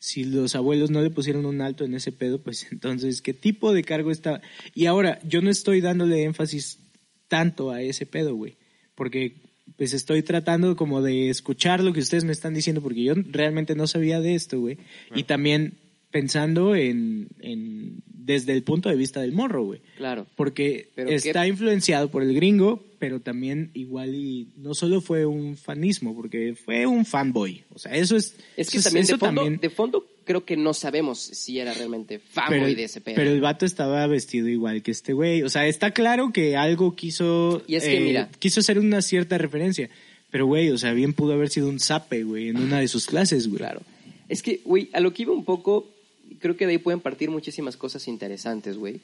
Si los abuelos no le pusieron un alto en ese pedo, pues entonces, ¿qué tipo de cargo está? Y ahora, yo no estoy dándole énfasis tanto a ese pedo, güey. Porque pues estoy tratando como de escuchar lo que ustedes me están diciendo, porque yo realmente no sabía de esto, güey. Y también pensando en, en desde el punto de vista del morro, güey
Claro.
porque
Pero
está
qué-
influenciado por el gringo, pero también igual y no solo fue un fanismo, porque fue un fanboy. O sea, eso es...
Es que
eso
también,
eso
de fondo,
también-
de fondo creo que no sabemos si era realmente
pero,
fanboy de ese pedo.
pero el vato estaba vestido igual que este güey. O sea, está claro que algo quiso... eh,
Y es que mira.
Quiso hacer una cierta referencia. Pero, güey, o sea, bien pudo haber sido un zape, güey, en una de sus clases, güey. Claro.
Es que, güey, a lo que iba un poco, creo que de ahí pueden partir muchísimas cosas interesantes, güey.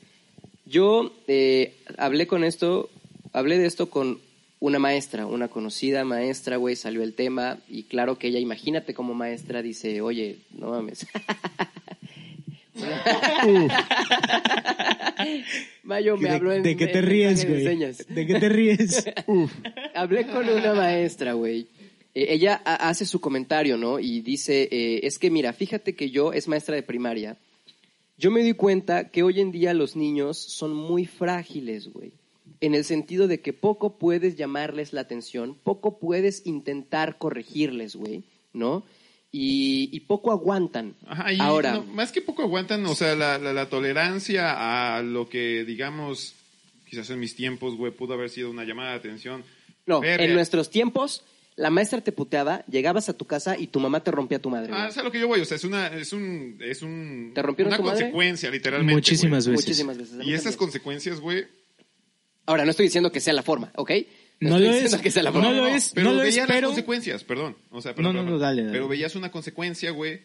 Yo eh, hablé con esto, hablé de esto con una maestra, una conocida maestra, güey, salió el tema y claro que ella, imagínate como maestra, dice, oye, no mames. Mayo me habló
¿De,
en
de qué te
en
ríes,
mensaje de
güey?
señas.
¿De qué te ríes? Uf.
Hablé con una maestra, güey. Eh, ella ha- hace su comentario, ¿no? Y dice, eh, es que mira, fíjate que yo es maestra de primaria. Yo me di cuenta que hoy en día los niños son muy frágiles, güey. En el sentido de que poco puedes llamarles la atención, poco puedes intentar corregirles, güey, ¿no? Y, y poco aguantan.
Ajá, y
Ahora,
no, más que poco aguantan, o sea, la, la- la tolerancia a lo que, digamos, quizás en mis tiempos, güey, pudo haber sido una llamada de atención.
no,
Verga.
en nuestros tiempos, la maestra te puteaba, llegabas a tu casa y tu mamá te rompía a tu madre.
Ah,
güey.
es a lo que yo voy, o sea, es una, es un, es un,
¿Te rompieron
una
tu madre?
consecuencia, literalmente.
Muchísimas veces.
Muchísimas veces. a
güey.
mí
Y esas
también.
consecuencias, güey,
Ahora, no estoy diciendo que sea la forma, ¿ok?
No
estoy
lo
diciendo
es,
que sea la
no
forma.
lo es,
pero
no lo
veías
es,
las
pero...
consecuencias, perdón. O sea,
No,
perdón,
no, no,
perdón.
dale, dale.
Pero veías una consecuencia, güey,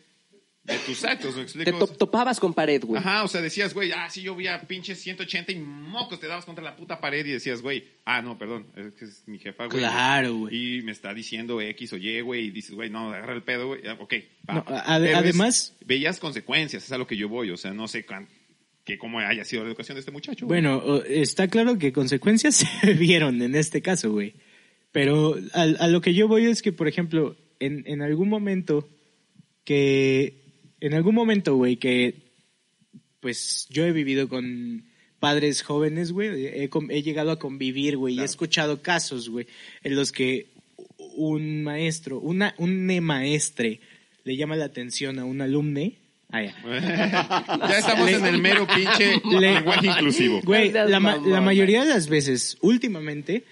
de tus actos, ¿me explico?
Te top- topabas con pared, güey.
Ajá, o sea, decías, güey, ah, sí, yo vi a pinches 180 y mocos te dabas contra la puta pared y decías, güey, ah, no, perdón, es que es mi jefa, güey.
Claro, güey.
Y me está diciendo X o Y, güey, y dices, güey, no, agarra el pedo, güey, ah, ok. va.
No, a-
Pero es-
además-
veías consecuencias, es a lo que yo voy, o sea, no sé cuán- que cómo haya sido la educación de este muchacho. güey.
Bueno, o- está claro que consecuencias se vieron en este caso, güey. Pero a, a lo que yo voy es que, por ejemplo, en, en algún momento que... En algún momento, güey, que... Pues yo he vivido con padres jóvenes, güey. He, com- he llegado a convivir, güey. Y he
Claro.
escuchado casos, güey, en los que un maestro, una, un maestre le llama la atención a un alumne. Ah, ya.
ya estamos en el mero pinche
Le-
lenguaje inclusivo.
Güey,
No seas
la, ma-
mamón,
la mayoría de las veces, últimamente,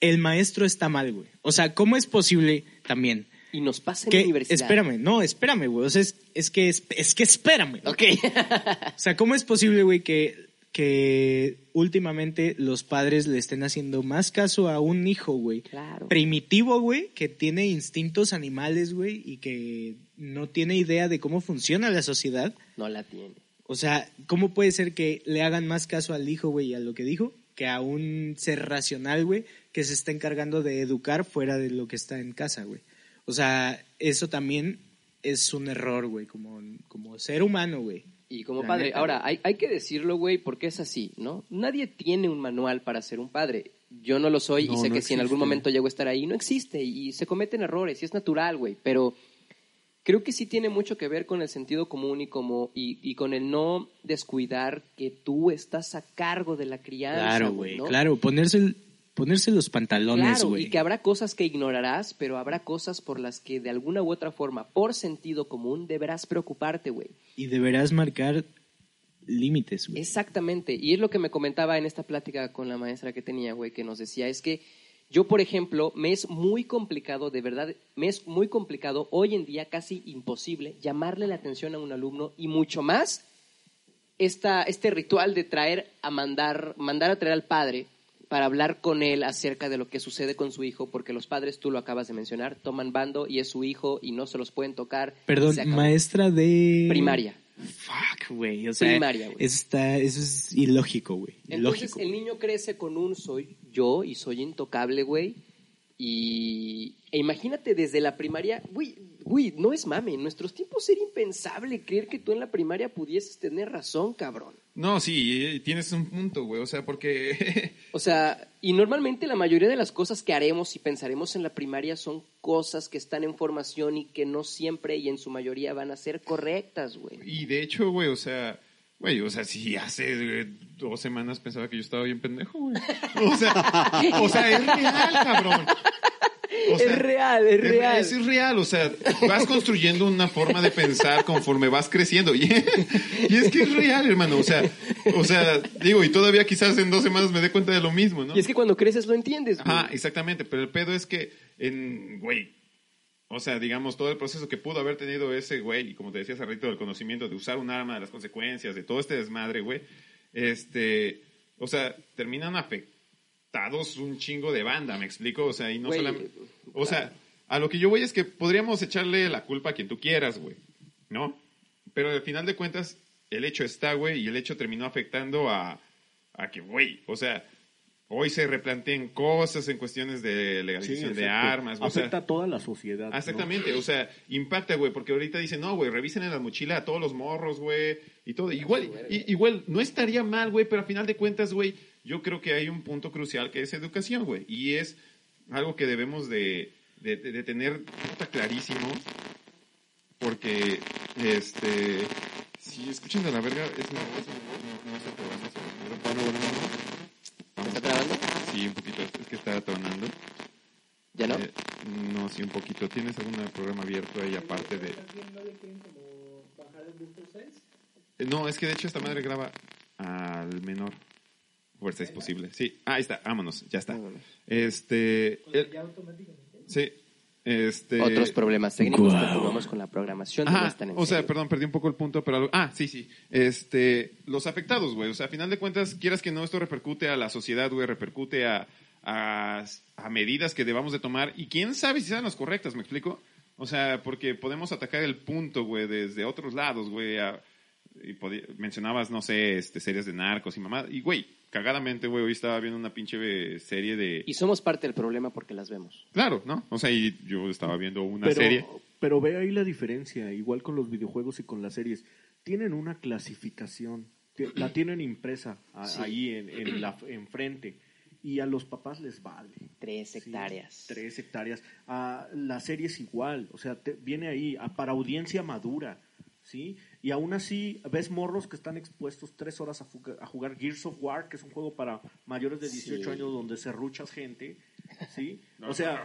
el maestro está mal, güey. O sea, ¿cómo es posible también?
y nos pasa en la
Que,
universidad.
espérame, no, espérame, güey. O sea, es, es que, es, es que espérame.
Ok.
O sea, ¿cómo es posible, güey, que, que últimamente los padres le estén haciendo más caso a un hijo, güey?
Claro.
Primitivo, güey, que tiene instintos animales, güey, y que no tiene idea de cómo funciona la sociedad.
No la tiene.
O sea, ¿cómo puede ser que le hagan más caso al hijo, güey, y a lo que dijo, que a un ser racional, güey, que se está encargando de educar fuera de lo que está en casa, güey? O sea, eso también es un error, güey, como, como ser humano, güey.
Y como
La
padre,
neta,
ahora hay, hay que decirlo, güey, porque es así, ¿no? Nadie tiene un manual para ser un padre. Yo no lo soy y
No,
sé
no
que si en algún
existe.
momento llego a estar ahí, no existe y se cometen errores y es natural, güey. Pero creo que sí tiene mucho que ver con el sentido común y, como, y, y con el no descuidar que tú estás a cargo de la crianza.
Claro, güey,
¿no?
claro, ponerse, el- ponerse los pantalones,
Claro,
güey.
y que habrá cosas que ignorarás, pero habrá cosas por las que de alguna u otra forma, por sentido común, deberás preocuparte, güey.
y deberás marcar límites, güey.
Exactamente. Y es lo que me comentaba en esta plática con la maestra que tenía, güey, que nos decía, es que yo, por ejemplo, me es muy complicado, de verdad, me es muy complicado, hoy en día casi imposible, llamarle la atención a un alumno y mucho más esta, este ritual de traer a mandar, mandar a traer al padre para hablar con él acerca de lo que sucede con su hijo, porque los padres, tú lo acabas de mencionar, toman bando y es su hijo y no se los pueden tocar.
Perdón,
Se acabó.
maestra de...
Primaria.
Fuck, güey. O sea,
Primaria, güey.
eso, está, eso es ilógico, güey.
Entonces
Ilógico.
el niño crece con un soy yo y soy intocable, güey. Y e imagínate desde la primaria, güey, güey, no es mame, en nuestros tiempos era impensable creer que tú en la primaria pudieses tener razón, cabrón.
No, sí, eh, tienes un punto, güey. O sea, porque
O sea, y normalmente la mayoría de las cosas que haremos y pensaremos en la primaria son cosas que están en formación y que no siempre y en su mayoría van a ser correctas, güey.
Y de hecho, güey, o sea, güey, o sea, si hace eh, dos semanas pensaba que yo estaba bien pendejo, güey. O sea, o sea, es real, cabrón. O sea,
es real, es real.
Es, es real, o sea, vas construyendo una forma de pensar conforme vas creciendo. Y, y es que es real, hermano. O sea, o sea, digo, y todavía quizás en dos semanas me dé cuenta de lo mismo, ¿no?
Y es que cuando creces lo entiendes, güey.
Ajá, exactamente. Pero el pedo es que, en, güey, o sea, digamos, todo el proceso que pudo haber tenido ese güey, y como te decía hace ratito, del conocimiento, de usar un arma, de las consecuencias, de todo este desmadre, güey, este, o sea, terminan afectados un chingo de banda, ¿me explico? O sea, y no
Güey,
solamente... O sea, a lo que yo voy es que podríamos echarle la culpa a quien tú quieras, güey, ¿no? Pero al final de cuentas, el hecho está, güey, y el hecho terminó afectando a, a que, güey, o sea, hoy se replanteen cosas en cuestiones de legalización de
exacto.
armas, güey, o sea-
Afecta a toda la sociedad. ¿no?
Exactamente, o sea, impacta, güey, porque ahorita dicen, no, güey, revisen en la mochila a todos los morros, güey, y todo. Igual, i- igual, no estaría mal, güey, pero a final de cuentas, güey, yo creo que hay un punto crucial que es educación, güey, y es algo que debemos de, de, de- de tener puta, clarísimo, porque, este, si escuchan de la verga, es no, es no, no es el programa, es- bueno, bueno, bueno.
¿Me está grabando?
Sí, un poquito, es que está tonando.
¿Ya no?
Eh, no, sí, un poquito. ¿Tienes algún programa abierto ahí aparte de...? Eh, No, es que de hecho esta madre graba al menor. Fuerza es posible. Sí, ah, ahí está, vámonos, ya está. Este... el- Sí, este...
Otros problemas técnicos,
Guau.
continuamos con la programación.
Ajá,
no están en
o sea,
serio.
perdón, perdí un poco el punto, pero algo- ah, sí, sí. Este, los afectados, güey, o sea, a final de cuentas, quieras que no esto repercute a la sociedad, güey, repercute a, a, a medidas que debamos de tomar y quién sabe si sean las correctas, ¿me explico? O sea, porque podemos atacar el punto, güey, desde otros lados, güey, a- y podi- mencionabas, no sé, este, series de narcos y mamá, y güey, cagadamente, güey, hoy estaba viendo una pinche eh, serie de...
Y somos parte del problema porque las vemos.
Claro, ¿no? O sea, y yo estaba viendo una
Pero,
serie...
pero ve ahí la diferencia, igual con los videojuegos y con las series. Tienen una clasificación, ti- la tienen impresa a-
Sí.
ahí en, en la enfrente. Y a los papás les vale.
Tres
Sí,
hectáreas.
Tres hectáreas. Ah, la serie es igual, o sea, te- viene ahí ah, para audiencia madura, ¿sí? Y aún así ves morros que están expuestos tres horas a, fuga- a jugar Gears of War, que es un juego para mayores de 18
Sí.
años donde serruchas gente, ¿sí? o sea,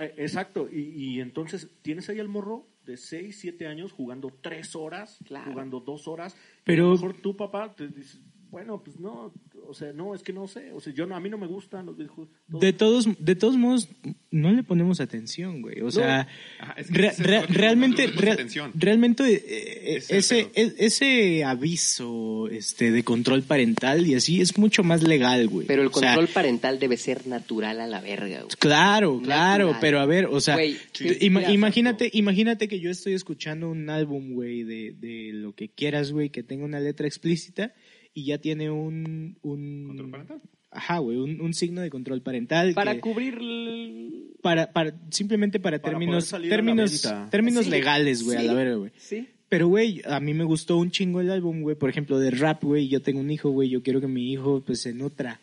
eh, exacto, y, y entonces tienes ahí al morro de 6, 7 años jugando tres horas,
Claro.
jugando dos horas, y a
Pero-
lo mejor tu papá te dice... bueno, pues no, o sea, no, es que no sé, o sea, yo no, a mí no me gustan los videojuegos. todo.
De todos, de todos modos, no le ponemos atención, güey. O sea,
Ajá, es que
re-
ese es
re-
otro, no
realmente,
le ponemos
re-
atención.
realmente eh, eh,
Ese es el
ese, e- ese aviso este, de control parental y así es mucho más legal, güey.
Pero el
O sea,
control parental debe ser natural a la verga, güey.
Claro, claro,
Natural.
pero a ver, o sea,
Güey,
tú-
¿qué
ima-
piensas,
imagínate, imagínate que yo estoy escuchando un álbum, güey, de, de lo que quieras, güey, que tenga una letra explícita y ya tiene un, un
¿Control parental?
Ajá, güey, un, un signo de control parental
Para
que-
cubrir... el-
para, para simplemente para,
Para
términos
poder salir a la
términos
venta.
términos
Sí,
legales, güey, a la
sí,
verga, güey.
Sí.
Pero, güey, a mí me gustó un chingo el álbum, güey. Por ejemplo, de rap, güey. Yo tengo un hijo, güey. Yo quiero que mi hijo, pues, se nutra.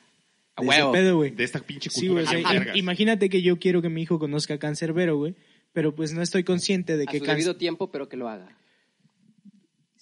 A
de ese
huevo.
pedo, güey.
De esta pinche
Sí,
cultura.
güey. o sea,
bien
im-
vergas.
imagínate que yo quiero que mi hijo conozca cancerbero, güey. Pero pues no estoy consciente de
A
que
su
cáncer-
debido tiempo, pero que lo haga.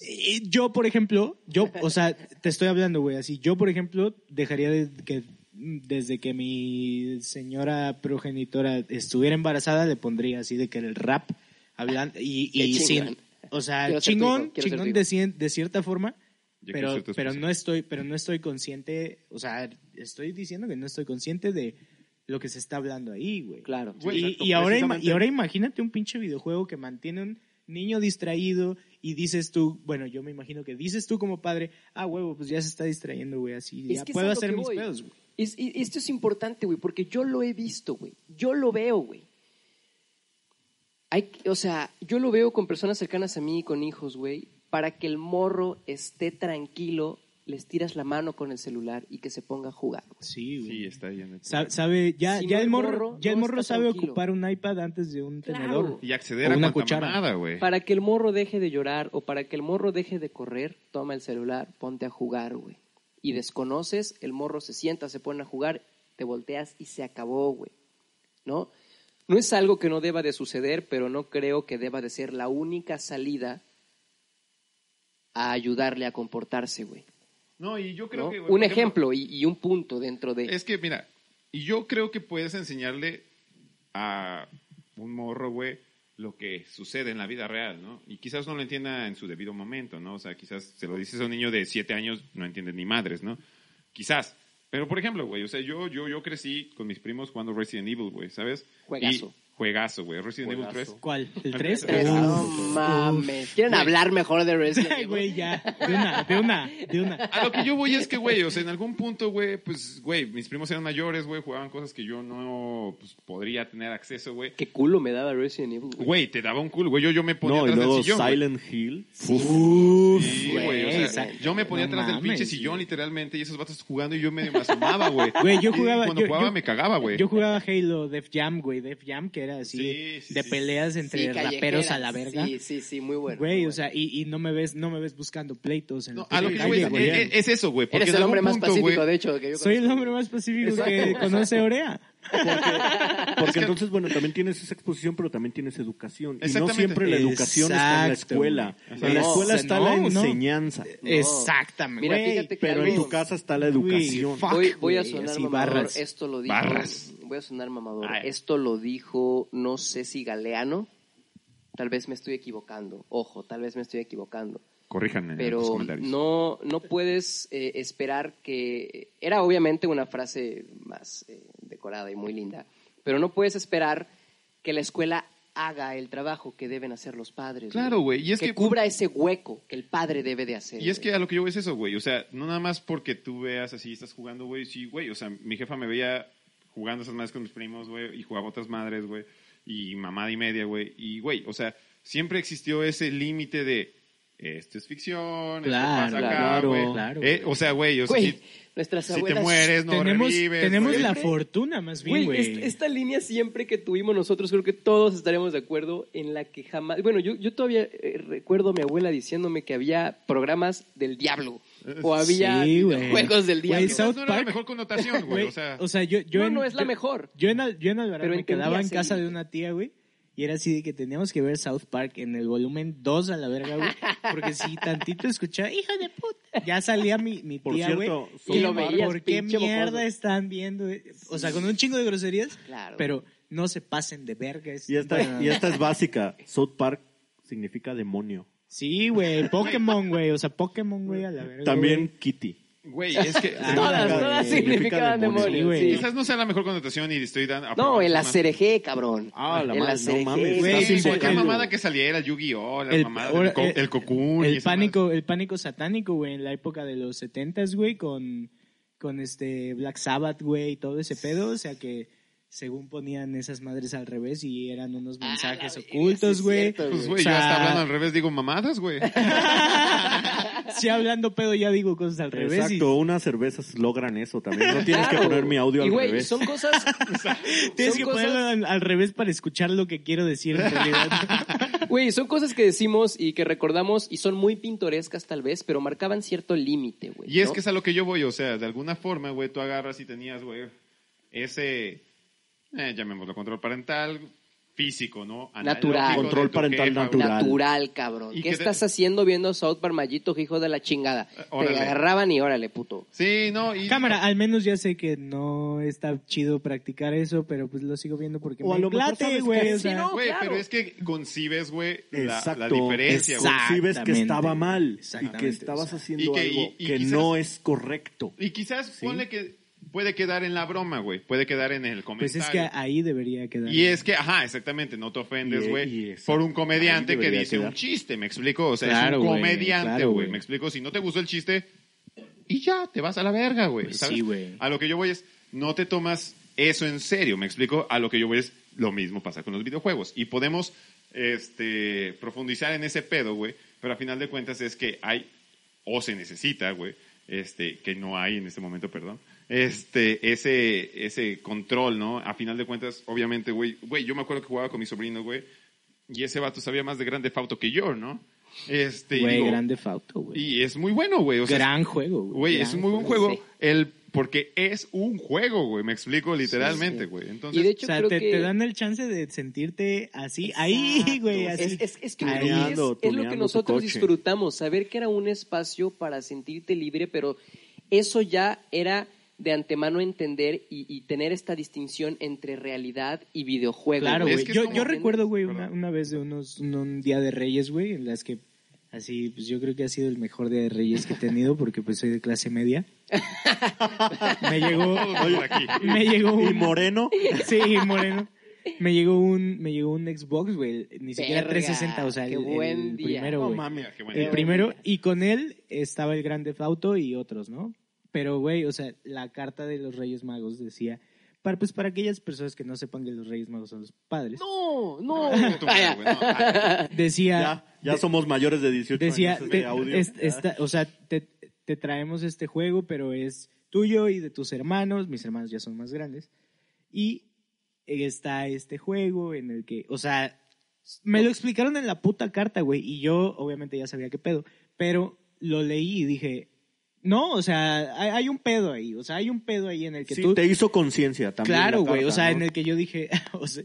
Eh, Yo, por ejemplo, yo, o sea, te estoy hablando, güey, así. Yo, por ejemplo, dejaría de que desde que mi señora progenitora estuviera embarazada, le pondría así de que el rap hablando y, y
Qué chingón.
sin, o sea,
Quiero ser tu
chingón,
hijo, quiero ser tu
chingón
hijo.
de, cien- de cierta forma,
Yo quiero
pero,
ser tu
pero
esposa.
no estoy, pero no estoy consciente, o sea, estoy diciendo que no estoy consciente de lo que se está hablando ahí, güey.
Claro.
Güey,
Y-
exacto,
y, ahora ima-
precisamente.
y ahora imagínate un pinche videojuego que mantiene un niño distraído y dices tú, bueno, yo me imagino que dices tú como padre, ah, huevo, pues ya se está distrayendo, güey, así
Es
ya
que es
puedo
a lo
hacer
que
mis
voy.
pedos, güey.
Es- y- esto es importante, güey, porque yo lo he visto, güey. Yo lo veo, güey. Hay, o sea, yo lo veo con personas cercanas a mí, con hijos, güey. Para que el morro esté tranquilo, les tiras la mano con el celular y que se ponga a jugar. güey.
Sí, güey.
Sí, está ahí en el-
Sa- sabe, ya,
Si
ya
no
el
el
morro,
morro,
ya el
no
morro
está
sabe
tranquilo.
ocupar un iPad antes de un
Claro.
tenedor.
Y acceder
O una
a una
cuchara.
cuchara. mamada, güey.
Para que el morro deje de llorar o para que el morro deje de correr, toma el celular, ponte a jugar, güey. Y desconoces, el morro se sienta, se pone a jugar, te volteas y se acabó, güey. ¿No? No es algo que no deba de suceder, pero no creo que deba de ser la única salida a ayudarle a comportarse, güey.
No, y yo creo
¿no?
que... güey,
Un
por ejemplo,
ejemplo y, y un punto dentro de...
Es que, mira, y yo creo que puedes enseñarle a un morro, güey, lo que sucede en la vida real, ¿no? Y quizás no lo entienda en su debido momento, ¿no? O sea, quizás se lo dices a un niño de siete años, no entiende ni madres, ¿no? Quizás. Pero, por ejemplo, güey, o sea, yo, yo, yo crecí con mis primos jugando Resident Evil, güey, ¿sabes?
Juegazo.
Y- juegazo, güey. Resident Evil
Juegazo.
3.
¿Cuál? ¿El
El
3?
tres.
No mames. ¿Quieren hablar mejor de Resident Evil?
güey, ya. De una, de una, de una.
A lo que yo voy es que, güey, o sea, en algún punto, güey, pues, güey, mis primos eran mayores, güey, jugaban cosas que yo no pues, podría tener acceso, güey.
Qué culo me daba Resident Evil, güey.
Güey, te daba un culo, güey. Yo, yo me ponía
No, y
atrás
luego
del sillón. güey.
Silent Hill.
Sí, güey, o sea,
Esa-
yo me ponía
no
atrás del
mames,
pinche sillón literalmente y esos vatos jugando y yo medio me asomaba, güey.
Güey, yo
Y
jugaba-
cuando
yo-
jugaba
yo-
me cagaba, güey.
Yo jugaba Halo, Def Jam, güey, Def Jam, que era así,
Sí, sí,
de
sí.
peleas entre
Sí,
raperos
callejeras.
a la verga.
Sí, sí, sí, muy bueno.
Güey,
muy
o sea, y, y no me ves, no me ves buscando pleitos en
No,
la
a lo que eh,
puta
yo voy es,
calle, güey.
es- es eso, güey. porque
Eres
en
el
algún
hombre más
punto,
pacífico,
güey,
de hecho, que yo
Soy el
conozco.
hombre más pacífico que
Exacto.
conoce Orea.
Porque
que-
entonces, bueno, también tienes esa exposición, pero también tienes educación. Y no
Exactamente.
siempre la educación está en la
Exacto,
escuela.
güey.
En la
No,
escuela
o sea,
está
no,
la
no.
enseñanza.
Exactamente.
Mira,
güey.
fíjate que
Pero en
algo-
tu casa está la
Güey,
educación.
fuck,
voy, voy a
güey,
sonar
así,
mamador.
barras.
Esto lo dijo.
Barras.
Voy a sonar mamador.
Ay.
Esto lo dijo, no sé si Galeano. Tal vez me estoy equivocando. Ojo, tal vez me estoy equivocando.
Corríjanme en los
Pero
comentarios.
no, no puedes eh, esperar que. Era obviamente una frase más eh, decorada y muy linda. Pero no puedes esperar que la escuela haga el trabajo que deben hacer los padres.
Claro, güey, y es que-
cubra ese hueco que el padre debe de hacer.
Y es
güey.
que a lo que yo voy es eso, güey. O sea, no nada más porque tú veas así, estás jugando, güey. Sí, güey. O sea, mi jefa me veía jugando esas madres con mis primos, güey. Y jugaba otras madres, güey. Y mamada y media, güey. Y, güey, o sea, siempre existió ese límite de... Esto es ficción,
Claro,
esto pasa acá,
claro,
güey.
claro,
Eh,
güey.
o sea, güey, o sea,
Güey,
si,
nuestras
si
abuelas.
te mueres, no
tenemos
revives,
tenemos
güey.
la fortuna, más bien,
Güey,
güey.
est- esta línea siempre que tuvimos nosotros, creo que todos estaremos de acuerdo en la que jamás. Bueno, yo, yo todavía eh, recuerdo a mi abuela diciéndome que había programas del diablo o había
Sí, güey.
juegos del
Güey,
diablo.
Quizás
South
no era la
Park-
mejor connotación, güey.
Güey,
O sea,
yo, yo
No,
en-
no es la
yo-
mejor.
Yo en, Al- yo en Alvarado
Pero
me quedaba en
entendías
casa
el-
de una tía, güey. Y era así de que teníamos que ver South Park en el volumen 2 a la verga, güey. Porque si tantito escuchaba, hijo de puta, ya salía mi, mi
Por
tía, güey.
cierto,
¿qué-
Y lo veías,
¿Por qué
pinche
mierda
mocoso.
están viendo? eh? O sea, con un chingo de groserías.
Claro.
Pero no se pasen de verga. es-
Y esta,
bueno,
y esta es básica. South Park significa demonio.
Sí, güey. Pokémon, güey. O sea, Pokémon, güey, a la verga.
También
güey.
Kitty.
Güey, Ah, es que.
Todas, todas significaban
demonio,
demonios.
güey.
sí.
Quizás no sea la mejor connotación y estoy dando.
No, el
acero
acereje, cabrón.
Ah, la
el
madre, no
acereje.
mames,
güey.
Sí,
Estás
cualquier
invocando.
mamada que saliera, Yu-Gi-Oh, la
El-
mamada,
ahora,
el, co-
eh,
el cocoon. y
El
esas mamadas.
pánico, el pánico satánico, güey, en la época de los setentas, güey, con, con este Black Sabbath, güey, y todo ese pedo. O sea que según ponían esas madres al revés y eran unos mensajes
Ah, la verga, sí
ocultos,
es
güey.
cierto,
Pues,
O
güey, yo
sea,
hasta hablando al revés digo mamadas, güey.
Sí, hablando pedo ya digo cosas al revés. y-
Exacto, unas cervezas logran eso también. No tienes que
Claro.
poner mi audio al
y, güey,
revés.
Son cosas.
Tienes
son
que
cosas-
ponerlo al, al revés para escuchar lo que quiero decir en realidad.
Güey, son cosas que decimos y que recordamos y son muy pintorescas tal vez, pero marcaban cierto límite, güey.
Y es
¿no?
que es a lo que yo voy, o sea, de alguna forma, güey, tú agarras y tenías, güey, ese, eh, llamémoslo control parental, físico, ¿no?
Natural.
Analógico de
Control
tu
parental
jefa, güey.
natural.
natural, cabrón.
¿Y
¿Qué,
qué te-
estás haciendo viendo South Park, Mallito, hijo de la chingada?
Eh, órale.
Te agarraban y órale, puto.
Sí, no, y...
Cámara, Ah, al menos ya sé que no está chido practicar eso, pero pues lo sigo viendo porque
O a
me
lo mejor
late,
sabes
güey.
que-
o
Sí,
sea,
no,
Güey,
claro.
pero es que concibes, güey, la,
Exacto.
la diferencia, güey.
Exacto.
Concibes que
Exactamente.
estaba mal y que
Exactamente,
estabas
exacto.
haciendo
Y que- y-
algo
y
que
quizás-
no es correcto.
Y quizás ponle que puede quedar en la broma, güey, puede quedar en el comentario.
Pues es que ahí debería quedar.
Y es que, ajá, exactamente, no te ofendes,
Y-
güey,
y exacto,
por un comediante
ahí
que
debería
dice
quedar.
un chiste, ¿me explico? O sea,
Claro,
es un
güey,
comediante,
claro,
güey,
güey.
¿me explico? Si no te gustó el chiste, y ya, te vas a la verga, güey,
Pues
¿sabes?
sí, güey.
A lo que yo voy es, no te tomas eso en serio, ¿me explico? A lo que yo voy es, lo mismo pasa con los videojuegos. Y podemos, este, profundizar en ese pedo, güey, pero a final de cuentas es que hay, o se necesita, güey, este, que no hay en este momento, perdón, este, ese, ese control, ¿no? A final de cuentas, obviamente, güey, güey, yo me acuerdo que jugaba con mi sobrino, güey, y ese vato sabía más de Grande Fauto que yo, ¿no? Este, y
Güey,
digo,
grande Fauto, güey.
y es muy bueno, güey, o sea,
gran juego, güey.
Güey, es
Gran
un muy buen juego.
Sí.
El, porque es un juego, güey. Me explico literalmente, güey. Entonces,
Y de
O
hecho,
sea,
creo
te,
que.
te dan el chance de sentirte así, ahí,
Exacto.
güey, así.
Es, es- es que es-
Tuneando,
es, es lo
tuneando
que
tu
nosotros
coche.
disfrutamos, saber que era un espacio para sentirte libre, pero eso ya era de antemano entender y, y tener esta distinción entre realidad y videojuego.
Claro,
Es
güey.
que es
yo,
como-
yo recuerdo, güey,
Perdón.
una, una vez de unos, un, un día de Reyes, güey, en las que así, pues yo creo que ha sido el mejor día de Reyes que he tenido porque pues soy de clase media. me llegó,
todos por aquí.
me llegó
Y
un,
Moreno,
sí, moreno. Me llegó un, me llegó un Xbox, güey, ni siquiera
Verga,
360, o sea, el,
qué buen
el
día.
primero,
No
güey.
mames,
Mira, qué buen
El
día.
primero, y con él estaba el Grande Fauto y otros, ¿no? Pero, güey, o sea, la carta de los Reyes Magos decía, para, pues para aquellas personas que no sepan que los Reyes Magos son los padres,
No,
No,
no.
tu madre, güey, no, ay,
decía,
ya, ya somos mayores de 18
decía,
años.
te-
este audio.
es-
Ya.
esta- o sea, te, te traemos este juego, pero es tuyo y de tus hermanos, mis hermanos ya son más grandes, y está este juego en el que, o sea, me lo explicaron en la puta carta, güey, y yo obviamente ya sabía qué pedo, pero lo leí y dije, no, o sea, hay, hay un pedo ahí, o sea, hay un pedo ahí en el que
Sí,
tú...
te hizo conciencia también.
Claro,
la
güey. O
carta,
sea,
¿no?
en el que yo dije, o sea,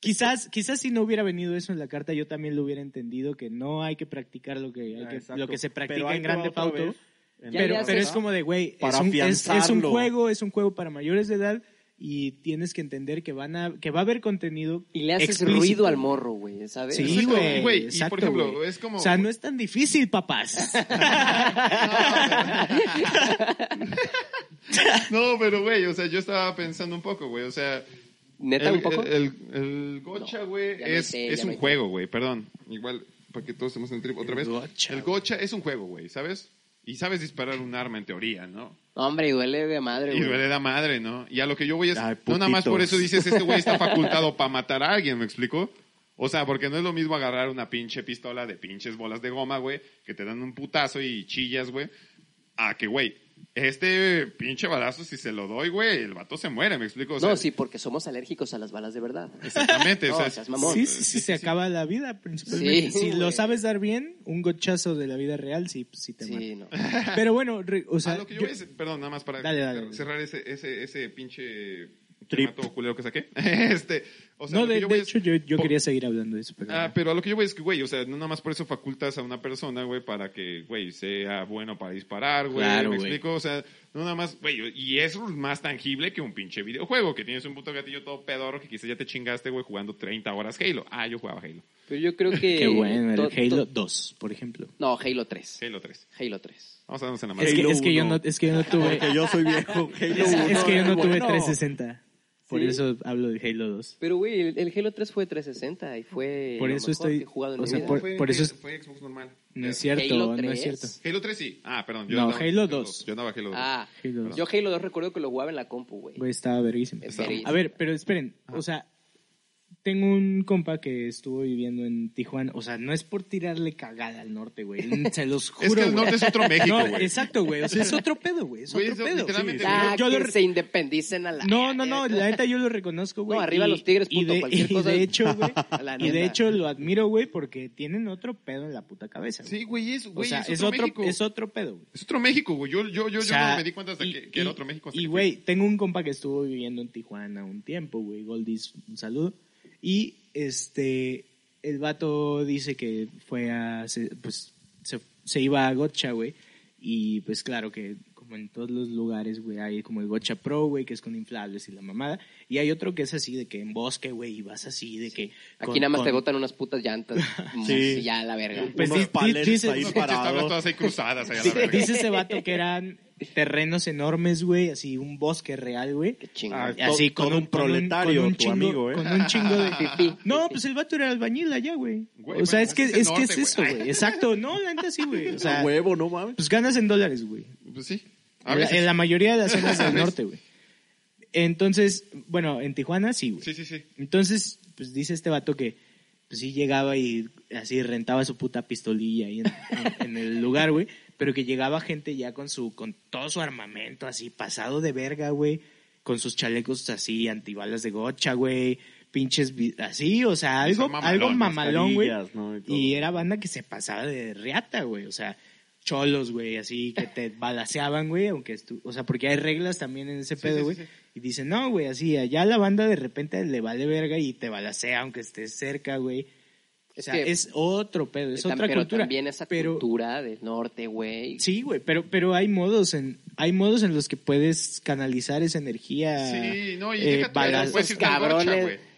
quizás, quizás si no hubiera venido eso en la carta, yo también lo hubiera entendido que no hay que practicar lo que, hay
Ah,
que-
exacto.
lo que se
Pero
practica
ahí
en
te va
Grande
otra
Fauto.
vez en
Ya
la
Pero,
le
carta.
pero
haces-
es como de, güey, es
Para
un, es- es un
afianzarlo.
juego, es un juego para mayores de edad y tienes que entender que van a, que va a haber contenido
Y le haces
explícito.
ruido al morro, güey, ¿sabes?
Sí,
Exacto,
güey.
güey, y por
exacto,
ejemplo,
güey.
es como-
O sea, no es tan difícil, papás.
Ah,
No, pero, güey, o sea, yo estaba pensando un poco, güey. O sea,
Neta,
el,
un poco.
El, el- el gocha,
No,
güey,
ya me
es,
hice,
es
ya
un
me hice.
juego, güey, perdón. Igual, para que todos estemos en trip otra vez.
gocha,
el gocha es un juego, güey, ¿sabes? Y sabes disparar un arma en teoría, ¿no?
No, hombre, y duele de madre,
Y
güey.
duele la madre, ¿no? Y a lo que yo voy es,
Ay,
no nada más
putitos.
por eso dices, este güey está facultado para matar a alguien, ¿me explico? O sea, porque no es lo mismo agarrar una pinche pistola de pinches bolas de goma, güey, que te dan un putazo y chillas, güey, a que, güey, este pinche balazo, si se lo doy, güey, el vato se muere, ¿me explico? O sea,
no, sí, porque somos alérgicos a las balas de verdad.
Exactamente,
No,
o sea,
seas mamón.
Sí, sí, sí, se acaba la vida principalmente.
Sí,
si lo
güey.
sabes dar bien, un gochazo de la vida real sí, pues, sí te mata.
Sí, no.
Pero bueno, re- o sea,
a Ah, lo que yo,
yo-
voy es, perdón, nada más para
Dale, dale.
cerrar ese, ese, ese pinche
Trip.
mato culero que saqué. este, o sea,
no,
lo que
de,
yo
de
voy es-
hecho yo, yo
po-
quería seguir hablando de eso, pero
Ah, pero a lo que yo voy es que, güey, o sea, no nada más por eso facultas a una persona, güey, para que, güey, sea bueno para disparar, güey.
Claro,
¿Me
güey.
explico? O sea, no nada más, güey, y es más tangible que un pinche videojuego, que tienes un puto gatillo todo pedorro que quizás ya te chingaste, güey, jugando 30 horas Halo. Ah, yo jugaba Halo.
Pero yo creo que...
qué bueno, el
to- to-
Halo 2, por ejemplo.
No, Halo 3.
Halo 3.
Halo 3.
Vamos a darnos en la madre.
Es que,
Halo
es que yo
uno.
no, es que yo no tuve.
Porque yo soy viejo. Halo
Es, es
uno
que yo
es
no tuve
bueno.
360. Por
Sí.
eso hablo de Halo 2.
Pero, güey, el, el Halo 3 fue 360 y fue
Por
lo
eso
mejor
estoy-
que he jugado en
o
mi
sea,
vida.
por- eso es-
fue Xbox normal.
No es
Ya.
cierto,
Halo
no es
3.
cierto.
Halo 3 sí. Ah, perdón.
No,
andaba en
Halo 2.
Yo andaba en Halo 2.
Ah,
Halo 2.
yo Halo 2 recuerdo que lo jugaba en la compu, güey.
Güey, estaba verguísimo.
Es
Estaba-
verga.
A ver, pero esperen, o sea, tengo un compa que estuvo viviendo en Tijuana, o sea, no es por tirarle cagada al norte, güey, se los juro.
es que el
güey.
norte es otro México,
No,
güey.
exacto, güey, o sea, es otro pedo, güey, es
Güey,
otro
es
pedo.
literalmente-
Sí, güey.
Ah,
Yo
que
lo re-
se independicen a la...
No, no, no, la neta yo lo reconozco, güey.
No, arriba
y-
los Tigres,
y
puto,
de,
cualquier
y
cosa.
de hecho, güey,
La
y de
neta.
hecho lo admiro, güey, porque tienen otro pedo en la puta cabeza, güey.
Sí, güey, es,
o
güey,
sea,
es, otro México.
es otro pedo, güey.
Es otro México, güey. Yo, yo, yo,
O sea,
yo no me di cuenta hasta
y-
que,
y-
que era otro México. hasta
Y,
que fui.
güey, tengo un compa que estuvo viviendo en Tijuana un tiempo, güey. Goldis, un saludo. Y, este, el vato dice que fue a, se- pues, se, se iba a Gotcha, güey. Y, pues, claro que, como en todos los lugares, güey, hay como el Gotcha Pro, güey, que es con inflables y la mamada. Y hay otro que es así, de que en bosque, güey, y vas así, de que...
Aquí
con-
nada más te
con-
botan unas putas llantas.
Sí.
sí. Ya, la verga.
Pues
Unos
di- di-
palets
dice-
ahí
Pinches tablas
parados.
pues, todas ahí cruzadas. Allá a la
Dice,
verga.
dice ese vato que eran terrenos enormes, güey, así un bosque real, güey.
Qué chingo.
Ah,
Así con
Todo- todo
un
un proletario,
con un
tu
chingo,
amigo, ¿eh?
Con un chingo de
Pipí.
No, pues el vato era albañil allá, güey.
Güey,
o sea,
bueno,
es que
ese es
es,
el
que es
norte,
eso,
güey.
güey. Exacto. No, la neta sí, güey. O sea,
A huevo, no mames.
pues ganas en dólares, güey.
Pues sí. A
En la-
veces.
en la mayoría de las zonas
A
del
veces.
norte, güey. Entonces, bueno, en Tijuana sí, güey.
Sí, sí, sí.
Entonces, pues dice este vato que pues sí llegaba y así rentaba su puta pistolilla ahí en, en- en el lugar, güey, pero que llegaba gente ya con su con todo su armamento así pasado de verga, güey, con sus chalecos así antibalas de gocha, güey, pinches vi- así, o sea,
O sea,
algo
mamalón,
algo mamalón, güey.
mascarillas, ¿no? Y todo.
Y era banda que se pasaba de riata, güey, o sea, cholos, güey, así que te balaseaban, güey, aunque estu o sea, porque hay reglas también en ese
sí,
pedo, güey.
sí.
Y dicen, no, güey, así, allá la banda de repente le vale verga y te balacea aunque estés cerca, güey. O
Es
sea,
que-
es otro pedo, es
Tam-
otra
pero
cultura.
también esa
pero,
cultura del norte, güey.
Sí, güey, pero, pero hay modos en, hay modos en los que puedes canalizar esa
Ah,
energía.
Sí, no, y
eh,
déjate pues,
bala-
no puedes ir tan
cabrones.
gocha, güey.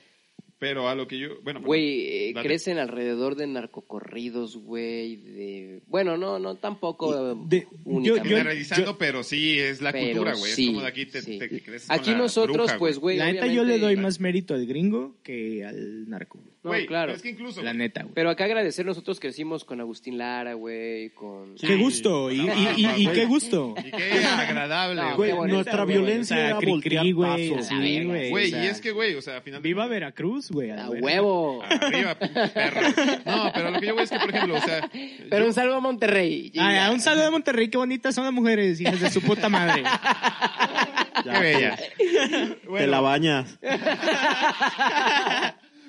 Pero a lo que yo. Bueno,
Güey, eh,
dale.
crecen alrededor de narcocorridos, güey, de... Bueno, no, no, tampoco
Y de-
eh,
yo-
únicamente.
yo-
Generalizando, pero sí, es la
Pero
cultura, güey.
sí,
es como de aquí te,
sí.
te creces con
Aquí
la
nosotros,
bruja,
pues, güey,
La neta, yo le
obviamente-
doy más mérito al gringo que al narco. güey.
No,
Güey,
claro.
pero es que incluso.
La
güey,
neta, güey.
Pero acá agradecer, nosotros crecimos con Agustín Lara, güey, con...
Qué gusto, y, y- y- y qué gusto.
Y qué agradable,
No,
Ah, güey.
qué bonito,
nuestra
güey.
violencia era
cri-cri,
voltear
güey,
pasos,
sí,
a la verga.
güey,
Güey,
o sea,
y es que, güey, o sea, al final.
Viva Veracruz, güey. la
¡A
verga.
huevo!
Arriba, pinches perros. Ah, No, pero lo que yo veo es que, por ejemplo, o sea. Ah,
Pero un saludo a Monterrey.
Ay, a Ah, un saludo de Monterrey, qué bonitas son las mujeres, hijas de su puta madre.
Ya,
Qué bella.
Te la bañas.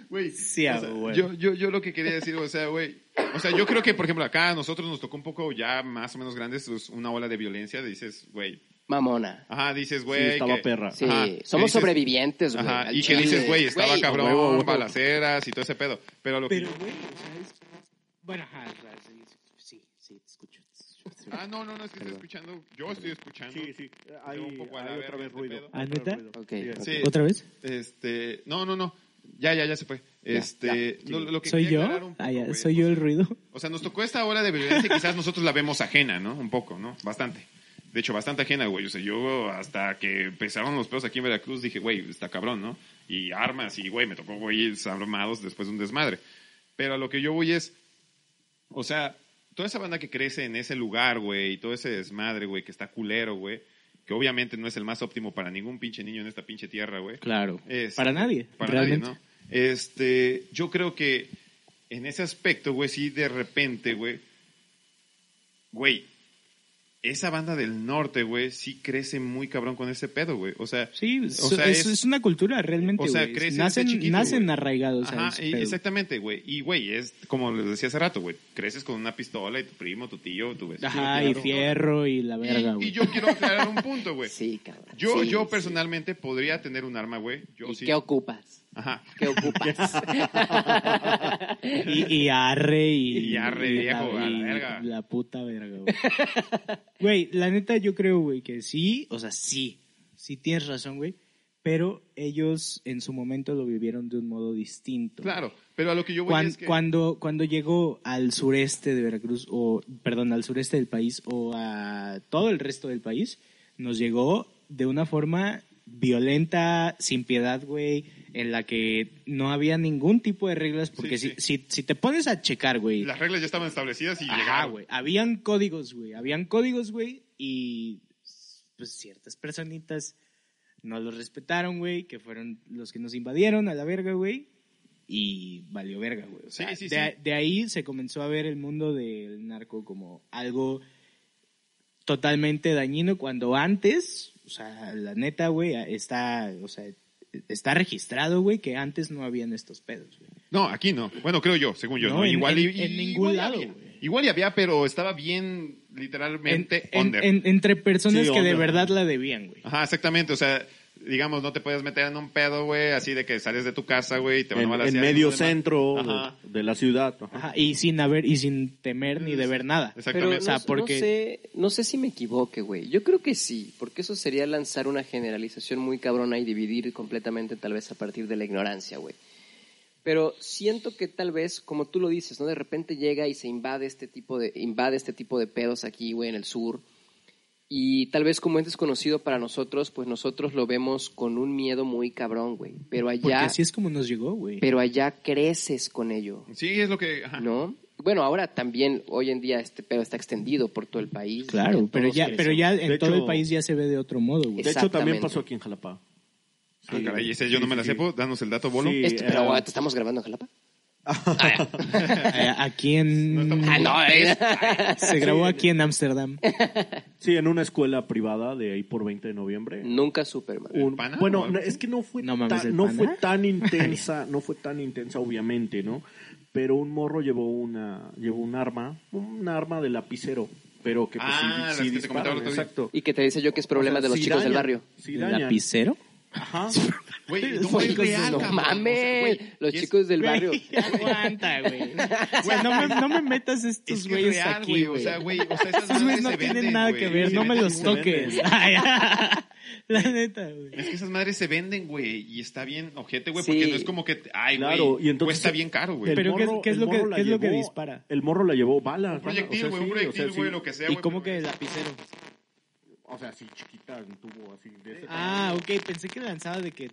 Güey,
Sí,
ah,
o
a
sea,
huevo.
yo, yo, yo lo que quería decir, o sea, güey, o sea, yo creo que, por ejemplo, acá a nosotros nos tocó un poco ya más o menos grandes pues, una ola de violencia, dices, güey,
Mamona.
ajá, dices, güey.
Sí, estaba
que-
perra.
Sí,
ajá, que
somos
dices-
sobrevivientes, güey.
Ajá,
al
y que
chile.
dices, güey, estaba
Güey,
cabrón,
huevo, huevo.
balaceras y todo ese pedo, pero lo que...
Pero, güey, o sea, es... Bueno, ajá, o sea, sí, sí, sí, te escucho. te escucho.
Ah, no, no, no, es que estoy escuchando, yo estoy escuchando.
Sí, sí. Hay,
un poco a la
hay
verga
otra vez
este
ruido.
pedo.
¿Ah, neta?
Ok.
Sí.
¿Otra vez?
Este, no, no, no, ya, ya, ya se fue. Este, lo- lo que
¿Soy
quería
yo?
aclarar un poco,
Ah, ya,
güey,
¿Soy yo el ruido?
O sea, nos tocó esta ola de violencia y quizás nosotros la vemos ajena, ¿no? Un poco, ¿no? Bastante. De hecho, bastante ajena, güey. O sea, yo hasta que empezaron los pedos aquí en Veracruz dije, güey, está cabrón, ¿no? Y armas y, güey, me tocó güeyes armados después de un desmadre. Pero a lo que yo voy es, o sea, toda esa banda que crece en ese lugar, güey, y todo ese desmadre, güey, que está culero, güey, que obviamente no es el más óptimo para ningún pinche niño en esta pinche tierra, güey.
Claro.
Este,
Para nadie,
Para
realmente.
nadie, ¿no? Este, yo creo que en ese aspecto, güey, sí, de repente, güey, güey, esa banda del norte, güey, sí crece muy cabrón con ese pedo, güey. O sea,
Sí,
o
so-
sea,
es, es una cultura realmente,
o sea,
güey.
crecen
nacen
desde chiquito,
nacen
güey.
arraigados a
Ajá,
ese
y-
pedo.
exactamente, güey. Y, güey, es como les decía hace rato, güey, creces con una pistola y tu primo, tu tío, tu vecino.
Ajá, y
claro.
fierro y la
Y-
verga, güey.
Y, yo quiero aclarar un punto, güey.
Sí, cabrón.
Yo,
Sí,
yo
sí.
personalmente podría tener un arma, güey. Yo
¿Y
sí.
qué ocupas?
Ajá.
¿Qué ocupas?
Y, y arre y...
Y arre, viejo, a la
y
verga.
La puta verga, güey. Güey, la neta yo creo, güey, que sí, o sea, sí, sí tienes razón, güey. pero ellos en su momento lo vivieron de un modo distinto.
Claro, pero a lo que yo voy
Cuan-
es que...
cuando, cuando llegó al sureste de Veracruz, o perdón, al sureste del país o a todo el resto del país, nos llegó de una forma violenta, sin piedad, güey, en la que no había ningún tipo de reglas, porque
Sí,
si, Si, si te pones a checar, güey,
Las reglas ya estaban establecidas y
ajá,
llegaron.
güey, habían códigos, güey, habían códigos, güey, y pues ciertas personitas no los respetaron, güey, que fueron los que nos invadieron a la verga, güey, y valió verga, güey. O sea,
Sí, sí,
de,
sí.
de ahí se comenzó a ver el mundo del narco como algo totalmente dañino cuando antes, o sea, la neta, güey, está, o sea, está registrado, güey, que antes no habían estos pedos, güey.
No, aquí no. Bueno, creo yo, según yo.
No,
No,
en-
igual
en-
y-
en
y-
ningún
igual y
lado,
había.
güey.
Igual y había, pero estaba bien literalmente
En- en-
under.
en- entre personas
Sí,
que de
under.
verdad la debían, güey.
Ajá, exactamente. O sea, digamos, no te puedes meter en un pedo, güey, así de que sales de tu casa, güey, y te van a
En, en
balasear y
medio
todo lo demás.
centro de-
Ajá.
de, la ciudad. ajá.
Ajá, y sin haber y sin temer ni deber nada.
Pero
Exactamente.
no,
O sea,
no
porque-
sé, no sé si me equivoque, güey. Yo creo que sí, porque eso sería lanzar una generalización muy cabrona y dividir completamente tal vez a partir de la ignorancia, güey. Pero siento que tal vez, como tú lo dices, ¿no? De repente llega y se invade este tipo de, invade este tipo de pedos aquí, güey, en el sur. Y tal vez como es desconocido para nosotros, pues nosotros lo vemos con un miedo muy cabrón, güey. Pero
Porque
allá,
así es como nos llegó, güey.
pero allá creces con ello.
Sí, es lo que. ajá.
¿no? Bueno, ahora también, hoy en día, este pedo está extendido por todo el país.
Claro,
Todos
pero ya,
crecen.
pero ya en
De
todo
hecho-
el país ya se ve de otro modo, güey.
De hecho, también
Exactamente.
pasó aquí en Jalapa.
Ah,
Sí.
caray, ese yo no
Sí,
me la
sí,
sepo. Danos el dato, bolo.
Sí.
Esto- Este,
eh,
pero bueno, ¿te estamos grabando en Jalapa?
Eh, Aquí en
No estamos-
Ah, no, eh.
se grabó aquí en Ámsterdam.
sí. Sí, en una escuela privada de ahí por 20 de noviembre.
Nunca Superman.
Un-
pana? ¿O
bueno,
algo
no,
así?
es que no fue,
No mames,
tan,
¿el
no
pana?
fue tan intensa, no fue tan intensa obviamente, ¿no? Pero un morro llevó una llevó un arma, un arma de lapicero, pero que pues,
Ah,
sí-
las
sí
que te
disparan,
comentaba el otro día.
exacto.
Y que te dice yo que es problema
O sea,
de los
sí
chicos del
dañan,
barrio.
sí dañan.
¿Lapicero?
Ajá.
Güey, no,
Fue
es
hijos de-
real,
no
cabrón.
mames,
O sea, güey,
los
y es-
chicos del barrio.
Güey, Aguanta, güey. O sea, no me, no me metas
Es
estos
que es
güeyes
real,
aquí,
O
güey.
sea, güey, o sea, esas
Estos
madres
güeyes no
se
tienen
venden,
nada
güey.
que ver,
Se
no me
venden,
los
se
toques.
venden.
Ay, La neta, güey.
Es que esas madres se venden, güey, y está bien ojete, güey,
Sí.
porque no es como que, te- ay,
Claro,
güey,
y entonces-
cuesta bien caro, güey.
El
Pero ¿qué es- qué es
el
lo que-
morro la
qué es lo que
llevó-
dispara?
El morro la llevó bala.
Un proyectil, güey, un proyectil, güey, lo que sea,
¿Y
güey.
cómo
pero-
que lapicero?
O sea, sí, chiquita, un tubo así de ese
Ah, ok, pensé que lanzaba de que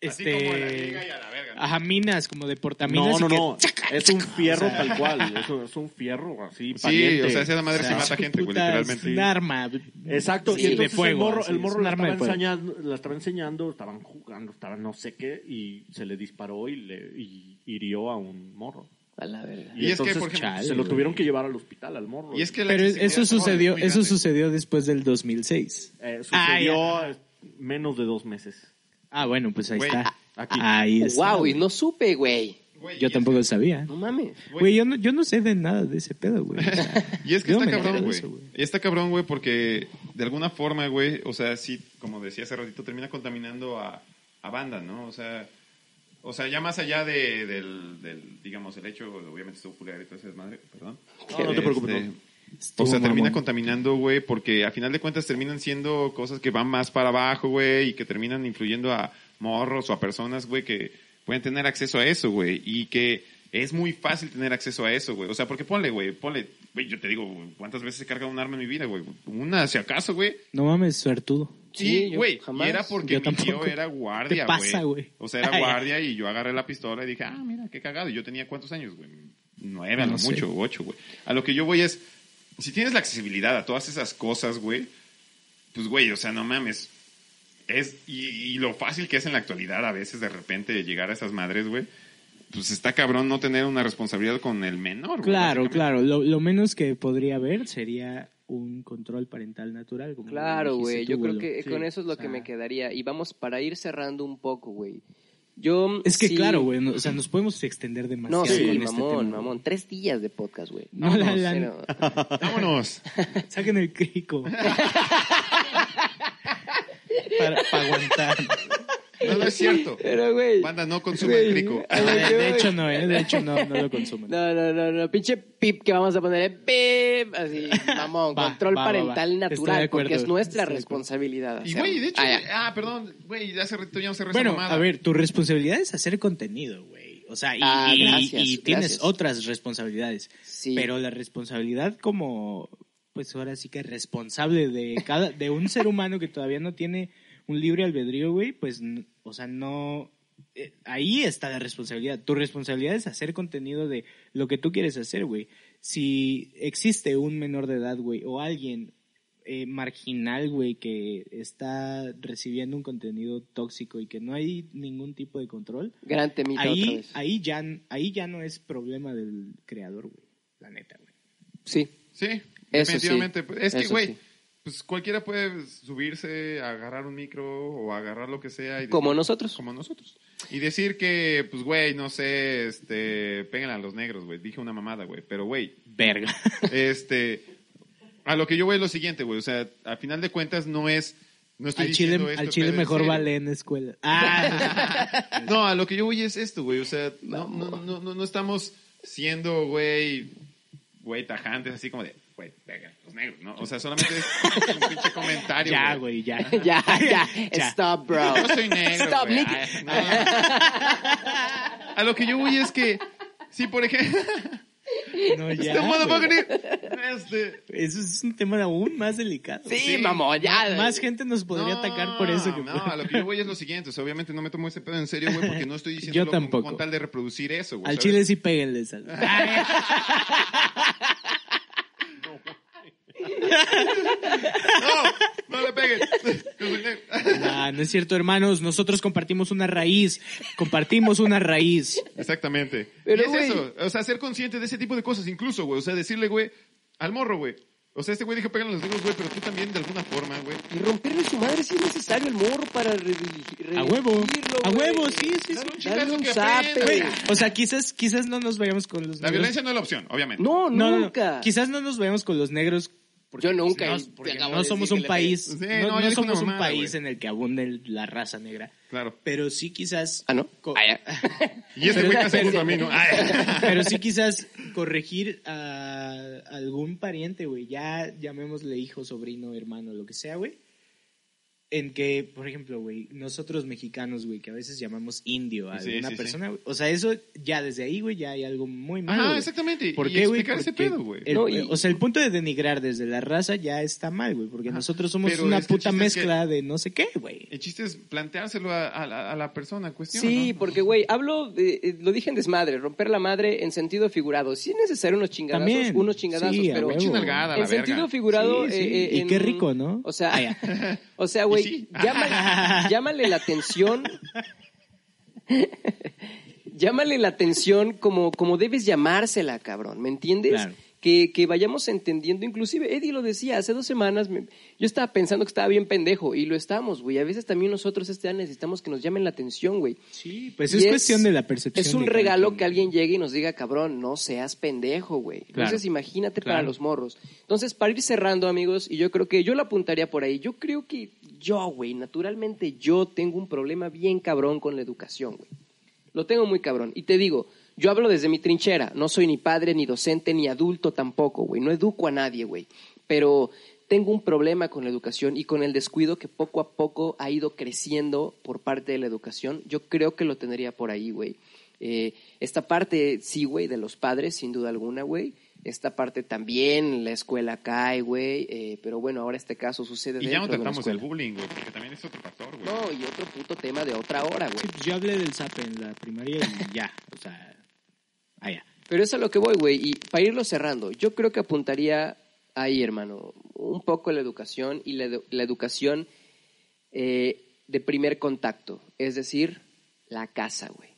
Así como a la
este
liga y a la verga. ¿no?
Ajá, minas, como de portaminas.
No,
y
no,
que-
no. Es un fierro tal cual. Es un, es un fierro así.
Sí,
pariente.
o sea, esa madre
O
sí
sea,
mata gente, güey,
Ah, Puta,
literalmente.
Es un arma.
Exacto.
Sí,
y entonces
de fuego,
el morro,
así
el
es,
morro
un
la,
arma
estaba
de fuego.
enseñando, la estaba enseñando, estaban jugando, estaban no sé qué, y se le disparó y le y hirió a un morro.
A la verga.
Y, es que, por ejemplo,
chale.
se lo tuvieron que llevar al hospital, al morro.
y es que la
Pero
accesibilidad
eso
de todo es
sucedió,
muy
eso
grande.
sucedió después del 2006.
Eh,
Ah,
sucedió eh, menos de dos meses.
Ah, bueno, pues ahí
Güey,
está.
aquí.
Ahí está.
Oh, Wow, y no supe, güey.
Güey,
Yo
y
tampoco lo sabía.
No mames.
Güey.
Güey, yo no, yo no sé de nada de ese pedo, güey. O sea,
Y es que
yo
está
me
cabrón,
entero de
güey.
eso, güey.
Y Está cabrón, güey, porque de alguna forma, güey, o sea, sí, como decía hace ratito, termina contaminando a, a banda, ¿no? O sea, o sea, ya más allá de, del, del, digamos, el hecho, obviamente estuvo culero y todo ese desmadre, perdón.
No, no te preocupes,
Este,
no.
O sea,
Estuvo
termina
mamón.
contaminando, güey, porque a final de cuentas terminan siendo cosas que van más para abajo, güey, y que terminan influyendo a morros o a personas, güey, que pueden tener acceso a eso, güey, y que es muy fácil tener acceso a eso, güey. O sea, porque ponle, güey, ponle, güey, yo te digo, güey, ¿cuántas veces he cargado un arma en mi vida, güey? Una, si acaso, güey.
No mames, suertudo.
Sí,
Sí,
yo
güey.
jamás.
Y era porque
Yo
mi
tampoco.
tío era guardia,
¿Qué
güey.
pasa, güey?
O sea, era
Ay.
guardia y yo agarré la pistola y dije, ah, mira, qué cagado. Y yo tenía cuántos años, güey. Nueve, a lo
No sé.
mucho, ocho, güey. A lo que yo voy es, si tienes la accesibilidad a todas esas cosas, güey, pues, güey, o sea, no mames. Es, y, y lo fácil que es en la actualidad a veces de repente de llegar a esas madres, güey. Pues está cabrón no tener una responsabilidad con el menor, güey,
Claro,
básicamente.
claro. Lo, lo menos que podría haber sería un control parental natural. como
Claro,
dijiste
güey.
tú,
Yo creo
Bolo.
que
Sí.
con eso es lo
O sea,
que me quedaría. Y vamos para ir cerrando un poco, güey. Yo.
Es que
sí-
claro, güey. no- o sea, nos podemos extender demasiado
No,
con
sí,
este
mamón,
tema.
mamón. Tres días de podcast, güey.
No, la- la-
Pero-
Vámonos.
Saquen el crico. para, para aguantar.
No, no es cierto.
Pero, güey.
Banda, no consuman
Güey,
crico.
a lo que
De
voy.
hecho, no, ¿eh? De hecho, no, no lo consumen.
No, no, no, no. Pinche pip que vamos a poner pip. Así, mamón.
Va,
control
va, va,
parental
va.
natural.
Estoy de
porque
acuerdo,
es nuestra
estoy de acuerdo.
responsabilidad.
Y,
hacerlo.
güey, de hecho,
Ah, ya.
güey,
eh,
ah, perdón, güey, ya hace rato ya no cerré esa
Bueno,
mamada.
a ver, tu responsabilidad es hacer contenido, güey. O sea, y,
Ah,
y-
gracias,
y tienes
gracias.
otras responsabilidades.
Sí.
Pero la responsabilidad como, pues ahora sí que responsable de cada, de un ser humano que todavía no tiene un libre albedrío, güey, pues, n- o sea, no, eh, ahí está la responsabilidad. Tu responsabilidad es hacer contenido de lo que tú quieres hacer, güey. Si existe un menor de edad, güey, o alguien eh, marginal, güey, que está recibiendo un contenido tóxico y que no hay ningún tipo de control,
Gran temita otra
ahí,
vez.
ahí, ya, ahí ya no es problema del creador, güey. La neta, güey.
Sí.
Sí,
Eso
definitivamente.
sí,
Es que,
eso
güey,
sí.
pues cualquiera puede subirse, agarrar un micro o agarrar lo que sea. Y decir-
Como nosotros.
Como nosotros. Y decir que, pues, güey, no sé, este, pégale a los negros, güey. Dije una mamada, güey. Pero, güey,
Verga.
este, a lo que yo voy es lo siguiente, güey. O sea, a final de cuentas no es... No estoy
Al chile,
diciendo esto
al
que
chile
de
mejor
serio.
vale en escuela. Ah,
No, a lo que yo voy es esto, güey. O sea, no, no, no, no, no estamos siendo, güey, güey, tajantes, así como de, güey, venga, los negros, ¿no? O sea, solamente es un pinche comentario.
ya, güey, ya.
Ya, ya,
Ya.
Stop, bro.
Yo soy negro.
Stop,
güey.
Nick.
Ay, no. A lo que yo voy es que, sí, por ejemplo,
No, ya.
este
güey.
motherfucker, este.
Eso es un tema aún más delicado.
Sí, mamón, ya.
Más gente nos podría
no,
atacar por eso que
No, a lo que yo voy es lo siguiente. O sea, obviamente no me tomo ese pedo en serio, güey, porque no estoy diciendo
Yo
con,
tampoco.
con tal de reproducir eso, güey.
Al
¿sabes?
chile sí péguenles. al-
No, no le peguen. Yo soy negro.
Ah, no es cierto, hermanos. Nosotros compartimos una raíz. Compartimos una raíz.
Exactamente.
Pero,
y es
güey.
eso, o sea, ser consciente de ese tipo de cosas, incluso, güey. O sea, decirle, güey, al morro, güey. O sea, este güey dijo pegan los dedos, güey, pero tú también de alguna forma, güey.
Y romperle su madre si es necesario el morro para redirigirlo.
A huevo. A
güey.
huevo, sí, sí,
Dale un
sí.
chingazo
Dale un
que
zape,
aprenda,
Güey,
güey.
o sea, quizás, quizás no nos vayamos con los
La
negros.
violencia no es la opción, obviamente.
No,
No, no, no.
nunca.
Quizás no nos vayamos con los negros.
Yo nunca, y te
No, porque
acabo
no
de
somos
decir
un
que le
país.
pegues.
no
Sí, no, yo
no
dije
somos
una
un
mamada,
país
güey.
en el que abunde la raza negra.
Claro.
Pero sí quizás...
Ah, ¿no?
co-
Ah, ya.
Y este güey que hace junto a mí, ¿no? Ay.
Pero sí quizás corregir a algún pariente, güey. Ya llamémosle hijo, sobrino, hermano, lo que sea, güey. En que, por ejemplo, güey, nosotros mexicanos, güey, que a veces llamamos indio a
Sí,
alguna
sí, sí.
persona, güey. O sea, eso ya desde ahí, güey, ya hay algo muy malo.
Ajá,
güey.
exactamente.
¿Por
y
qué, güey?
explicar ese
Porque
pedo, güey.
el-
No, y-
O sea, el punto de denigrar desde la raza ya está mal, güey, porque nosotros somos
pero
una
es que el
puta
chiste es que-
mezcla de no sé qué, güey.
El chiste es planteárselo a, a la- a la persona en cuestión.
Sí,
¿no?
porque, güey, hablo, de- eh, lo dije en desmadre, romper la madre en sentido figurado. Sí es necesario unos chingadazos,
También.
unos chingadazos,
Sí, a
pero
huevo.
Pinche nalgada, la
en sentido
verga.
figurado.
Sí, sí.
eh, eh,
Y
en-
qué rico, ¿no?
O sea,
Ah, ya.
o sea,
Y
güey,
sí.
llámale, llámale la atención. llámale la atención como, como debes llamársela, cabrón, ¿me entiendes?
Claro.
Que, que vayamos entendiendo, inclusive Eddie lo decía hace dos semanas, me- yo estaba pensando que estaba bien pendejo y lo estamos, güey. A veces también nosotros este año necesitamos que nos llamen la atención, güey.
Sí, pues
Y
es, cuestión de la percepción.
Es un
de cada
regalo
quien.
que alguien llegue y nos diga, cabrón, no seas pendejo, güey. Entonces, imagínate para
claro.
los morros. Entonces, para ir cerrando, amigos, y yo creo que yo lo apuntaría por ahí. Yo creo que yo, güey, naturalmente yo tengo un problema bien cabrón con la educación, güey. Lo tengo muy cabrón. Y te digo, yo hablo desde mi trinchera. No soy ni padre, ni docente, ni adulto tampoco, güey. No educo a nadie, güey. Pero tengo un problema con la educación y con el descuido que poco a poco ha ido creciendo por parte de la educación. Yo creo que lo tendría por ahí, güey. Eh, esta parte, sí, güey, de los padres, sin duda alguna, güey. Esta parte también, la escuela cae, güey. Eh, pero bueno, ahora este caso sucede
Y
dentro
ya no
de la
tratamos el
escuela.
bullying, güey, porque también es otro factor, güey.
No, y otro puto tema de otra hora, güey.
Sí, pues yo hablé del SAP en la primaria y ya, o sea, ah, ya.
Pero es a lo que voy, güey. Y para irlo cerrando, yo creo que apuntaría ahí, hermano, un poco la educación y la, edu- la educación eh, de primer contacto, es decir, la casa, güey.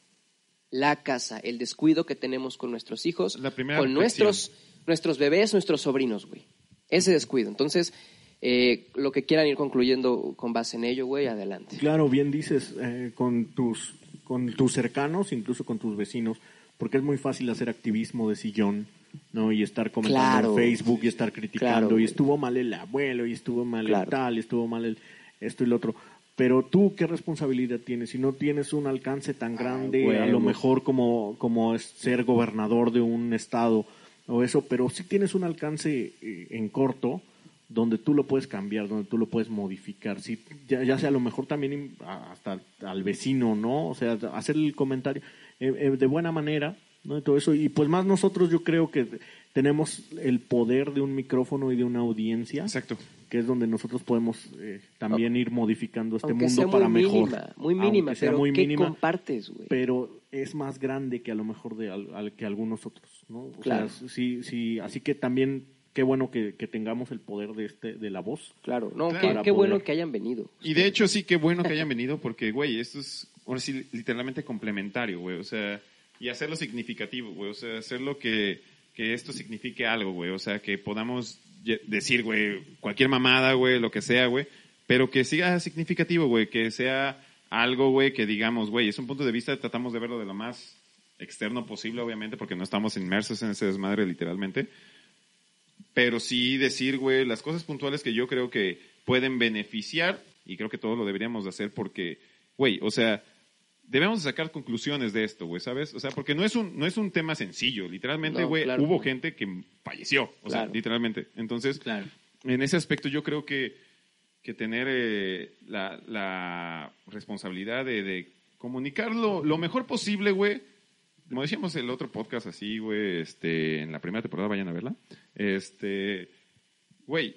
La casa, el descuido que tenemos con nuestros hijos,
La primera
con
reflexión.
nuestros, nuestros bebés, nuestros sobrinos, güey. Ese descuido. Entonces, eh, lo que quieran ir concluyendo con base en ello, güey, adelante.
Claro, bien dices, eh, con, tus, con tus cercanos, incluso con tus vecinos, porque es muy fácil hacer activismo de sillón, ¿no? Y estar comentando
Claro.
en Facebook y estar criticando,
Claro.
y estuvo mal el abuelo, y estuvo mal
Claro.
el tal, y estuvo mal el esto y lo otro. Pero tú, ¿qué responsabilidad tienes? Si no tienes un alcance tan
Ah,
grande, a
huevo.
lo mejor como, como es ser gobernador de un estado o eso, pero sí tienes un alcance eh, en corto donde tú lo puedes cambiar, donde tú lo puedes modificar. Sí, ya, ya sea a lo mejor también in- a- hasta al vecino, ¿no? O sea, hacer el comentario eh, eh, de buena manera, ¿no? Y todo eso. Y pues más nosotros yo creo que tenemos el poder de un micrófono y de una audiencia
Exacto.
que es donde nosotros podemos eh, también ir modificando este
Aunque
mundo
sea
para
muy
mejor.
mínima, muy mínima,
Aunque sea
pero
muy
¿qué
mínima,
compartes, güey?
pero es más grande que a lo mejor de al- al- que algunos otros, ¿no? O
Claro.
sea, sí, sí, así que también qué bueno que, que tengamos el poder de este de la voz.
Claro, no,
Claro.
qué-
Para
qué, bueno
poder.
que hayan venido.
Y de hecho sí, qué bueno que hayan venido porque, güey, esto es, ahora sí, literalmente complementario, güey. O sea, y hacerlo significativo, güey. O sea, hacerlo que, que esto signifique algo, güey. O sea, que podamos ye- decir, güey, cualquier mamada, güey, lo que sea, güey. Pero que siga significativo, güey. Que sea algo, güey, que digamos, güey, es un punto de vista, tratamos de verlo de lo más externo posible, obviamente, porque no estamos inmersos en ese desmadre, literalmente pero sí decir, güey, las cosas puntuales que yo creo que pueden beneficiar, y creo que todos lo deberíamos de hacer porque, güey, o sea, debemos de sacar conclusiones de esto, güey, ¿sabes? O sea, porque no es un, no es un tema sencillo, literalmente,
No,
güey,
claro.
hubo gente que falleció, o
Claro.
sea, literalmente. Entonces,
Claro.
en ese aspecto yo creo que, que tener eh, la, la responsabilidad de, de comunicarlo lo mejor posible, güey. Como decíamos el otro podcast así, güey, este, en la primera temporada, vayan a verla. Este, güey,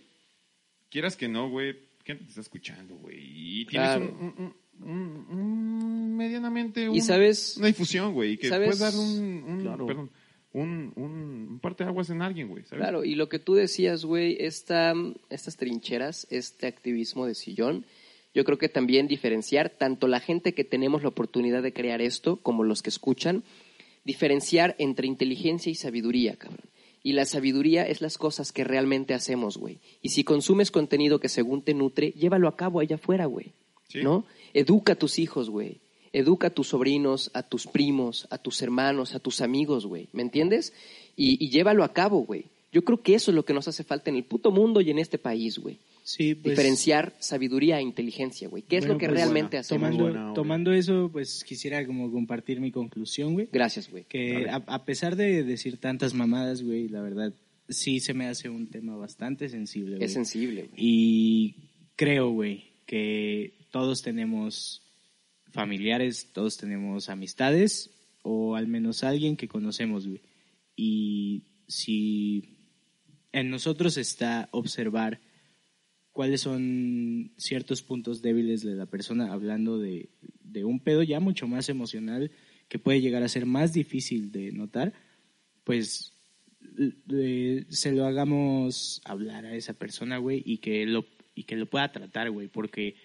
quieras que no, güey, gente te está escuchando, güey? Y tienes
Claro.
un, un- un- un- medianamente
Y
un-
sabes-
una difusión, güey, y que
¿sabes?
puedes dar un, un-
Claro.
perdón, un, un, un parteaguas en alguien, güey, ¿sabes?
Claro, y lo que tú decías, güey, esta, estas trincheras, este activismo de sillón, yo creo que también diferenciar tanto la gente que tenemos la oportunidad de crear esto como los que escuchan, diferenciar entre inteligencia y sabiduría, cabrón. Y la sabiduría es las cosas que realmente hacemos, güey. Y si consumes contenido que según te nutre, llévalo a cabo allá afuera, güey.
Sí.
¿No? Educa a tus hijos, güey. Educa a tus sobrinos, a tus primos, a tus hermanos, a tus amigos, güey. ¿Me entiendes? Y, y llévalo a cabo, güey. Yo creo que eso es lo que nos hace falta en el puto mundo y en este país, güey.
Sí, pues,
Diferenciar sabiduría e inteligencia, güey. ¿Qué es
bueno,
lo que
pues,
realmente
bueno,
hacemos?
muy
Tomando,
buena obra.
tomando eso, pues quisiera como compartir mi conclusión, güey.
Gracias, güey.
Que a, a pesar de decir tantas mamadas, güey, la verdad, sí se me hace un tema bastante sensible, güey.
Es sensible, güey.
Y creo, güey, que todos tenemos familiares, todos tenemos amistades, o al menos alguien que conocemos, güey. Y si en nosotros está observar cuáles son ciertos puntos débiles de la persona, hablando de, de un pedo ya mucho más emocional que puede llegar a ser más difícil de notar, pues l- eh, se lo hagamos hablar a esa persona, güey, y que lo y que lo pueda tratar, güey, porque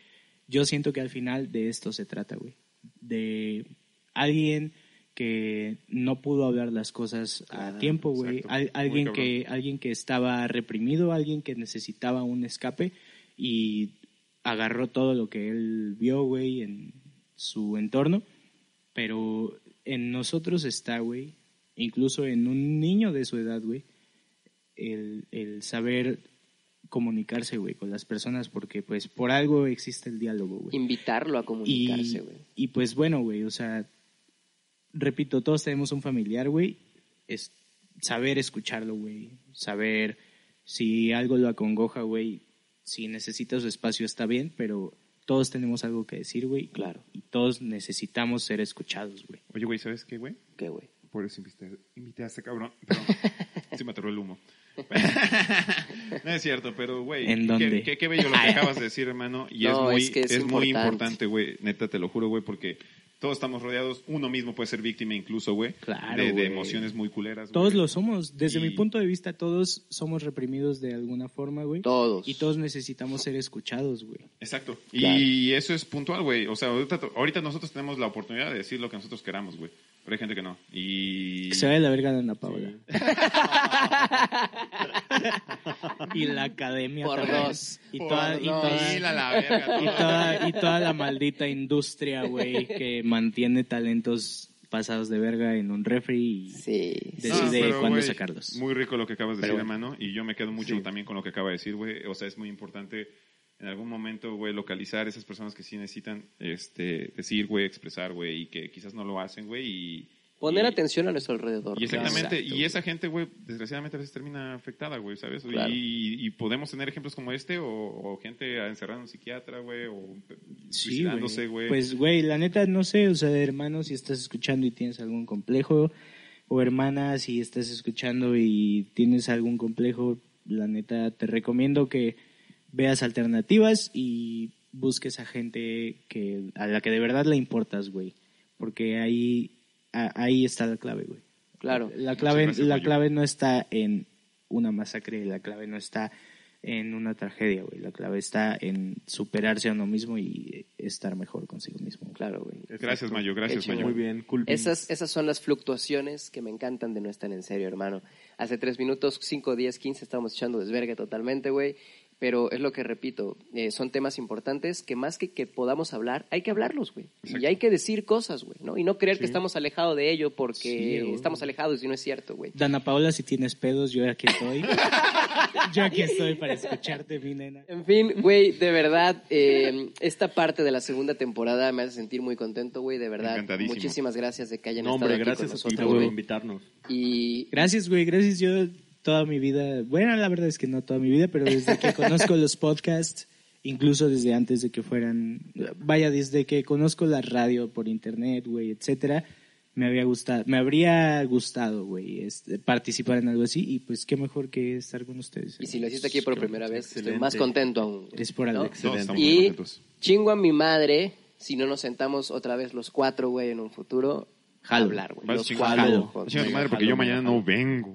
yo siento que al final de esto se trata, güey, de alguien que no pudo hablar las cosas a tiempo, güey,
exacto.
al-
Muy
alguien
cabrón.
que alguien que estaba reprimido, alguien que necesitaba un escape y agarró todo lo que él vio, güey, en su entorno pero en nosotros está, güey, incluso en un niño de su edad, güey, el, el saber comunicarse, güey, con las personas, porque pues por algo existe el diálogo, güey.
Invitarlo a comunicarse, güey.
Y pues bueno, güey, o sea, repito, todos tenemos un familiar, güey, es saber escucharlo, güey, saber si algo lo acongoja, güey, si necesita su espacio está bien, pero todos tenemos algo que decir, güey.
Claro.
Y todos necesitamos ser escuchados, güey.
Oye, güey, ¿sabes qué, güey?
¿Qué, güey?
Por eso invité, invité a este cabrón. Perdón. Se me atoró el humo. no es cierto, pero, güey.
¿En
qué-
dónde?
Qué, qué bello lo que acabas de decir, hermano. Y
No,
es muy,
es que es importante.
muy importante, güey. Neta, te lo juro, güey, porque todos estamos rodeados. Uno mismo puede ser víctima, incluso, güey.
Claro,
De, de
güey.
emociones muy culeras.
Todos
güey.
lo somos. Desde
Y-
mi punto de vista, todos somos reprimidos de alguna forma, güey.
Todos.
Y todos necesitamos ser escuchados, güey.
Exacto.
Claro.
Y eso es puntual, güey. O sea, ahorita, ahorita nosotros tenemos la oportunidad de decir lo que nosotros queramos, güey. Pero hay gente que no. Y.
Que se vaya la verga de Ana Paula. y la academia.
Por
también.
dos.
Y
Por
toda, y
dos.
toda-
Y la- la verga,
y
todo.
toda- y toda la maldita industria, güey, que mantiene talentos pasados de verga en un refri. y-
Sí.
De-
No,
decide
Ah, pero,
cuándo
güey,
sacarlos.
Muy rico lo que acabas de
Pero
decir,
bueno.
hermano. Y yo me quedo mucho
Sí.
también con lo que acaba de decir, güey. O sea, es muy importante en algún momento, güey, localizar esas personas que sí necesitan este, decir, güey, expresar, güey, y que quizás no lo hacen, güey, y...
Poner
y-
atención a nuestro alrededor.
y exactamente,
Exacto,
y
güey.
esa gente, güey, desgraciadamente a veces termina afectada, güey, ¿sabes?
Claro.
Y, y podemos tener ejemplos como este, o, o gente encerrada en un psiquiatra, güey, o
Sí,
suicidándose,
güey.
güey.
Pues, güey, la neta, no sé, o sea, hermano, si estás escuchando y tienes algún complejo, o hermana, si estás escuchando y tienes algún complejo, la neta, te recomiendo que veas alternativas y busques a gente que, a la que de verdad le importas, güey. Porque ahí, a- ahí está la clave, güey.
Claro.
La clave,
gracias,
la
Mayo.
clave no está en una masacre, la clave no está en una tragedia, güey. La clave está en superarse a uno mismo y estar mejor consigo mismo. Claro, güey.
Gracias, Mayo, gracias,
Qué chingón.
Mayo.
Muy bien, cool. beans.
Esas, esas son las fluctuaciones que me encantan de no estar en serio, hermano. Hace tres minutos, cinco, diez, quince, estábamos echando desvergue totalmente, güey. Pero es lo que repito, eh, son temas importantes que más que que podamos hablar, hay que hablarlos, güey. Y hay que decir cosas, güey, ¿no? Y no creer que estamos alejados de ello porque
Sí, güey.
estamos alejados y no es cierto, güey.
Dana Paola, si tienes pedos, yo aquí estoy. yo aquí estoy para escucharte, mi nena.
En fin, güey, de verdad, eh, esta parte de la segunda temporada me hace sentir muy contento, güey, de verdad.
Encantadísimo.
Muchísimas gracias de que hayan
No,
estado
hombre,
aquí con
gracias a ti
nosotros,
por
güey.
invitarnos.
Y
Gracias, güey. Gracias. Yo toda mi vida, bueno, la verdad es que no toda mi vida, pero desde que conozco los podcasts, incluso desde antes de que fueran, vaya, desde que conozco la radio por internet, güey, etcétera, me había gustado, me habría gustado, güey, este, participar en algo así y pues qué mejor que estar con ustedes.
Y si lo hiciste aquí por primera vez, estoy
Excelente.
más contento aún.
Es por algo.
Todos estamos muy
Y
contentos.
chingo a mi madre si no nos sentamos otra vez los cuatro, güey, en un futuro. a
Jalo.
hablar, güey.
Vas
Los
chingar,
cuatro.
jalo.
juntos.
Chinga tu madre, porque yo mañana no vengo.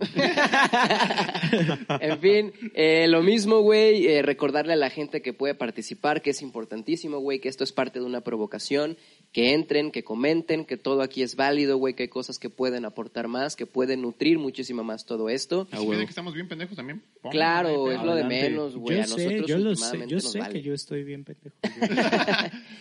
En fin, eh, lo mismo, güey, eh, recordarle a la gente que puede participar, que es importantísimo, güey, que esto es parte de una provocación, que entren, que comenten, que todo aquí es válido, güey, que hay cosas que pueden aportar más, que pueden nutrir muchísimo más todo esto.
Si piensan que estamos bien pendejos también. pongan,
Claro,
güey,
es lo de
Adelante.
menos, güey.
Yo
A nosotros
sé, yo lo sé,
últimamente
yo
nos
sé
vale.
que yo estoy bien pendejo.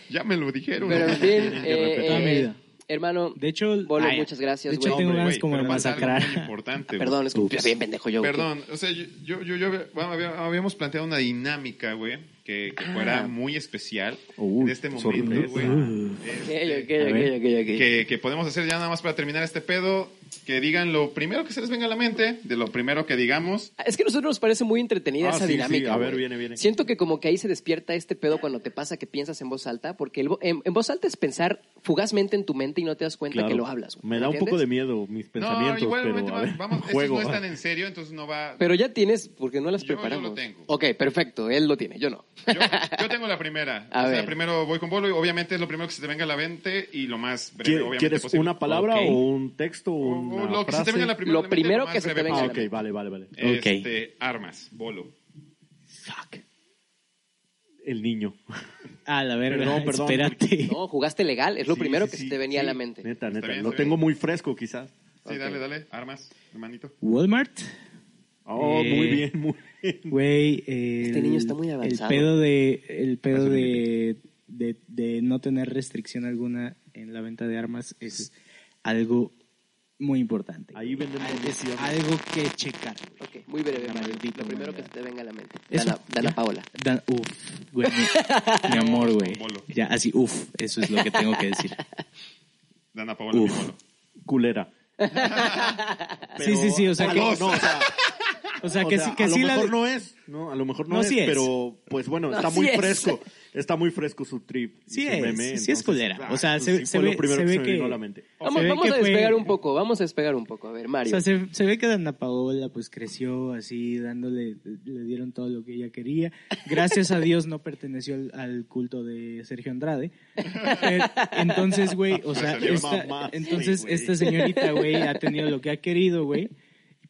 Ya me lo dijeron.
Pero en fin,
Tienen que
eh,
respetar.
Toda mi
eh,
vida.
hermano,
Ah, De hecho,
Bolo,
ay,
muchas gracias,
de hecho,
güey.
tengo
Hombre,
ganas
güey,
como de
pero es algo
masacrar.
muy importante, güey.
Ah, perdón, es que bien pendejo yo. güey.
Perdón, o sea, yo, yo, yo- yo había- bueno, había- habíamos planteado una dinámica, güey, que,
Ah.
que fuera muy especial en este momento, güey.
Ok,
Este,
ok, ok, ok, ok.
que, que podemos hacer ya nada más para terminar este pedo, que digan lo primero que se les venga a la mente, de lo primero que digamos.
Es que a nosotros nos parece muy entretenida
Ah,
esa
sí, sí,
dinámica.
a ver,
güey.
viene, viene.
Siento que como que ahí se despierta este pedo cuando te pasa que piensas en voz alta, porque el vo- en, en voz alta es pensar fugazmente en tu mente y no te das cuenta
Claro.
que lo hablas. güey,
Me da un
¿entiendes?
poco de miedo mis
No,
pensamientos,
igualmente,
pero a ver,
vamos, estos
juego.
no están en serio, entonces no va...
Pero ya tienes, porque no las
Yo- yo
preparamos.
lo tengo.
Ok, perfecto, él lo tiene, yo no.
Yo, yo tengo la primera.
A
o sea,
ver.
primero voy con Bolo y obviamente es lo primero que se te venga a la mente y lo más breve,
¿Quieres-
obviamente
¿Quieres
posible.
una palabra
Ok.
o un texto o
O- o
una
lo que se
frase?
te venga a la primera
Lo
mente,
primero
más
que se te
breve
venga a
Ah,
la
ok,
mente.
vale, vale, vale.
Ok.
Este, armas, Bolo.
El niño.
Ah, la verga,
Perdón, perdón.
espérate.
No, jugaste legal, es lo
Sí,
primero
sí,
que
sí,
se te venía a
sí.
la mente.
Neta, neta.
bien,
lo
está bien.
tengo muy fresco, quizás.
Sí, dale, dale, armas, hermanito.
Walmart.
Oh, muy
Eh,
bien, muy bien.
Güey, eh,
Este niño está muy
el-
avanzado.
El pedo de, el pedo de, de, de no tener restricción alguna en la venta de armas es algo muy importante.
Ahí venden
Ah, es
municiones.
algo que checar. güey.
Ok, muy breve,
La
Mario,
maldita
Lo primero
humanidad.
que se te venga a la mente.
Eso,
Dana, Dana
ya.
Paola.
Dan- uf, güey, mi, mi amor, güey.
Bolo.
Ya, así, uf, eso es lo que tengo que decir.
Dana Paola, mi
Uf.
Bolo.
Culera.
sí, sí, sí, o sea,
Ah,
que,
no, no, o sea,
o sea,
o
que,
sea,
sí, que
a
sí
lo
la...
mejor no es, no, a lo mejor no,
No,
es,
sí es.
pero pues bueno,
No,
está
sí
muy
es.
fresco, está muy fresco su trip. y
Sí
su
es,
meme,
sí es culera, o sea,
pues
se-
sí
se
fue
ve-
lo
se
primero que
ve
se me vino
que-
a la mente.
Vamos,
ve
vamos
que
a
fue-
despegar un poco, vamos a despegar un poco. A ver,
O
Mario.
sea, se, se ve que Dana Paola pues creció así, dándole, le dieron todo lo que ella quería. Gracias a Dios no perteneció al, al culto de Sergio Andrade. Pero, Entonces, güey, o sea,
Salió
esta-
mamá, sí,
entonces
güey.
esta señorita, güey, ha tenido lo que ha querido, güey. y,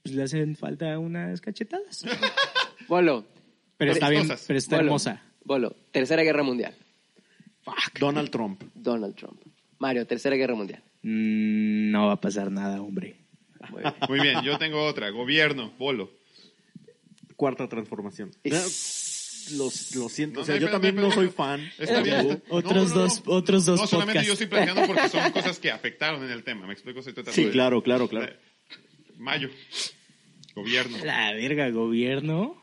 Pues le hacen falta unas cachetadas.
Bolo.
Pero está bien,
Cosas.
pero está
Bolo,
hermosa.
Bolo, Tercera Guerra Mundial.
Donald Trump.
Donald Trump. Mario, Tercera Guerra Mundial.
Mm, no va a pasar nada, hombre.
Muy bien.
Muy bien, yo tengo otra. Gobierno, Bolo.
Cuarta transformación. Los- lo siento,
No,
o sea,
no,
yo
espérate,
también no
espérate.
soy fan.
Está bien.
Pero-
Otros dos- otros dos
No solamente
podcasts.
yo estoy planteando porque son cosas que afectaron en el tema. Me explico, estoy tratando
Sí,
de-
claro, claro, claro.
Mayo. Gobierno.
La verga, gobierno.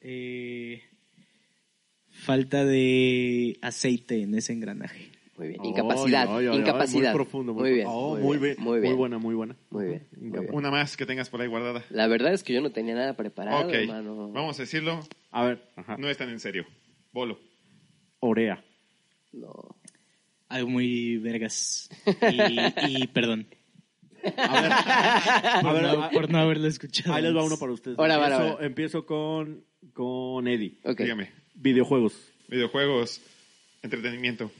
Eh, falta de aceite en ese engranaje.
Muy bien.
Ay,
Incapacidad.
ay, ay, ay,
incapacidad.
muy profundo.
Muy bien.
Oh,
muy
muy,
bien,
be-
muy
muy
bien.
buena, muy buena.
Muy bien, muy
Incapaz-
bien.
Una más que tengas por ahí guardada.
La verdad es que yo no tenía nada preparado,
ok,
hermano.
vamos a decirlo,
A ver, ajá.
no es tan en serio. Bolo.
Orea.
No.
Algo muy vergas. Y, y perdón.
Ah,
A
Por,
ver,
no,
a-
por no haberlo escuchado.
ahí les va uno para ustedes.
Ahora, ahora,
empiezo,
ahora.
empiezo con, con Eddie.
Ok.
Dígame.
Videojuegos.
Videojuegos, entretenimiento.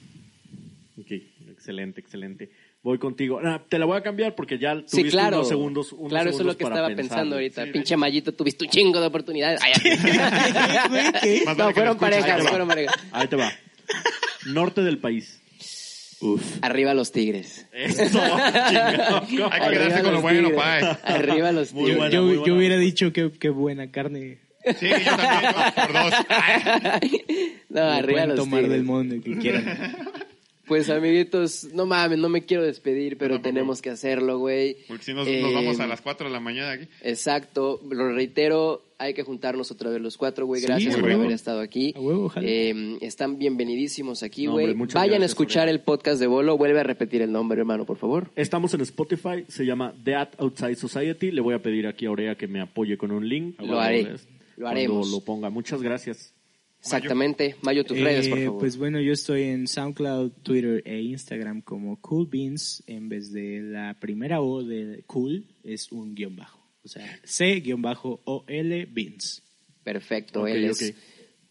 Ok, excelente, excelente. Voy contigo. Ah, te la voy a cambiar porque ya tuviste
Sí, claro.
unos segundos. unos
claro, eso es
segundos
lo que
para
estaba
pensarlo.
pensando ahorita.
Sí,
Pinche Mallito, tuviste un chingo de oportunidades. Ay, ay.
Güey, ¿qué?
Más vale
no,
que
fueron
lo escuches.
parejas,
Ahí va.
fueron parejas.
Ahí te va. Norte del país. Uf.
Arriba los tigres.
Eso. chingado.
Hay que quedarse con lo bueno, pa.
Arriba los
Muy
Yo,
tigres.
buena,
yo-
muy
yo
buena
hubiera dicho que, que buena carne.
Sí, yo también, yo, por dos.
No,
Lo
arriba
pueden
los
tomar
tigres.
del mundo que quieran.
Pues amiguitos, no mames, no me quiero despedir, pero
tampoco.
tenemos que hacerlo, güey.
Porque si nos,
Eh,
nos vamos a las 4 de la mañana aquí.
Exacto, lo reitero, hay que juntarnos otra vez los cuatro, güey.
Sí,
Gracias
a
por
huevo.
haber estado aquí.
A huevo, ojalá.
Eh, están bienvenidísimos aquí,
No,
güey.
hombre, muchas
Vayan a
gracias,
escuchar
hombre.
el podcast de Bolo. Vuelve a repetir el nombre, hermano, por favor.
Estamos en Spotify, se llama The At Outside Society. Le voy a pedir aquí a Orea que me apoye con un link.
Lo haré.
Cuando
Lo haremos.
lo ponga. Muchas gracias.
Exactamente. Mayo, tus redes, por
Eh,
favor.
Pues bueno, yo estoy en SoundCloud, Twitter e Instagram como Cool Beans. En vez de la primera O de cool, es un guión bajo. O sea, C-O-L Beans.
Perfecto,
Ok,
él
ok.
es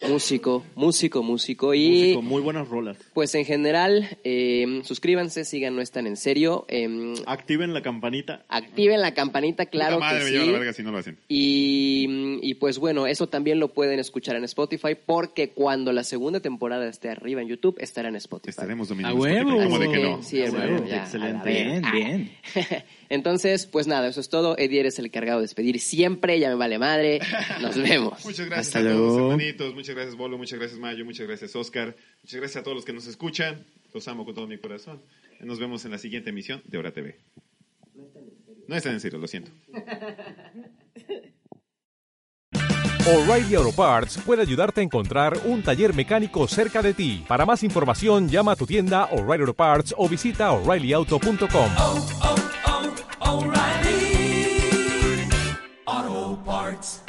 músico, músico, músico. Y
Músico, muy buenas rolas.
pues en general, eh, suscríbanse, sigan, no están en serio. eh,
Activen la campanita.
activen la campanita, claro
Puta madre
que
me
sí.
lleva la verga si no lo hacen.
Y, y pues bueno, eso también lo pueden escuchar en Spotify porque cuando la segunda temporada esté arriba en YouTube estará en Spotify.
Estaremos dominando.
¡A huevo!
Spotify, ¿Cómo de que
Sí,
no?
sí, hermano,
Excelente,
ya,
excelente.
a la
Ah, Bien,
verga.
bien.
Entonces, pues nada, eso es todo. Eddie eres el encargado de despedir siempre, ya me vale madre. Nos vemos.
Muchas gracias
Hasta
a todos
luego.
hermanitos. Muchas gracias, Bolo. Muchas gracias, Mayo. Muchas gracias, Oscar. Muchas gracias a todos los que nos escuchan. Los amo con todo mi corazón. Nos vemos en la siguiente emisión de Hora TV. No están en serio, lo siento.
O'Reilly Auto Parts puede ayudarte a encontrar un taller mecánico cerca de ti. Para más información, llama a tu tienda O'Reilly Auto Parts o visita oreillyauto.com.
oh, oh, O'Reilly. Auto Parts.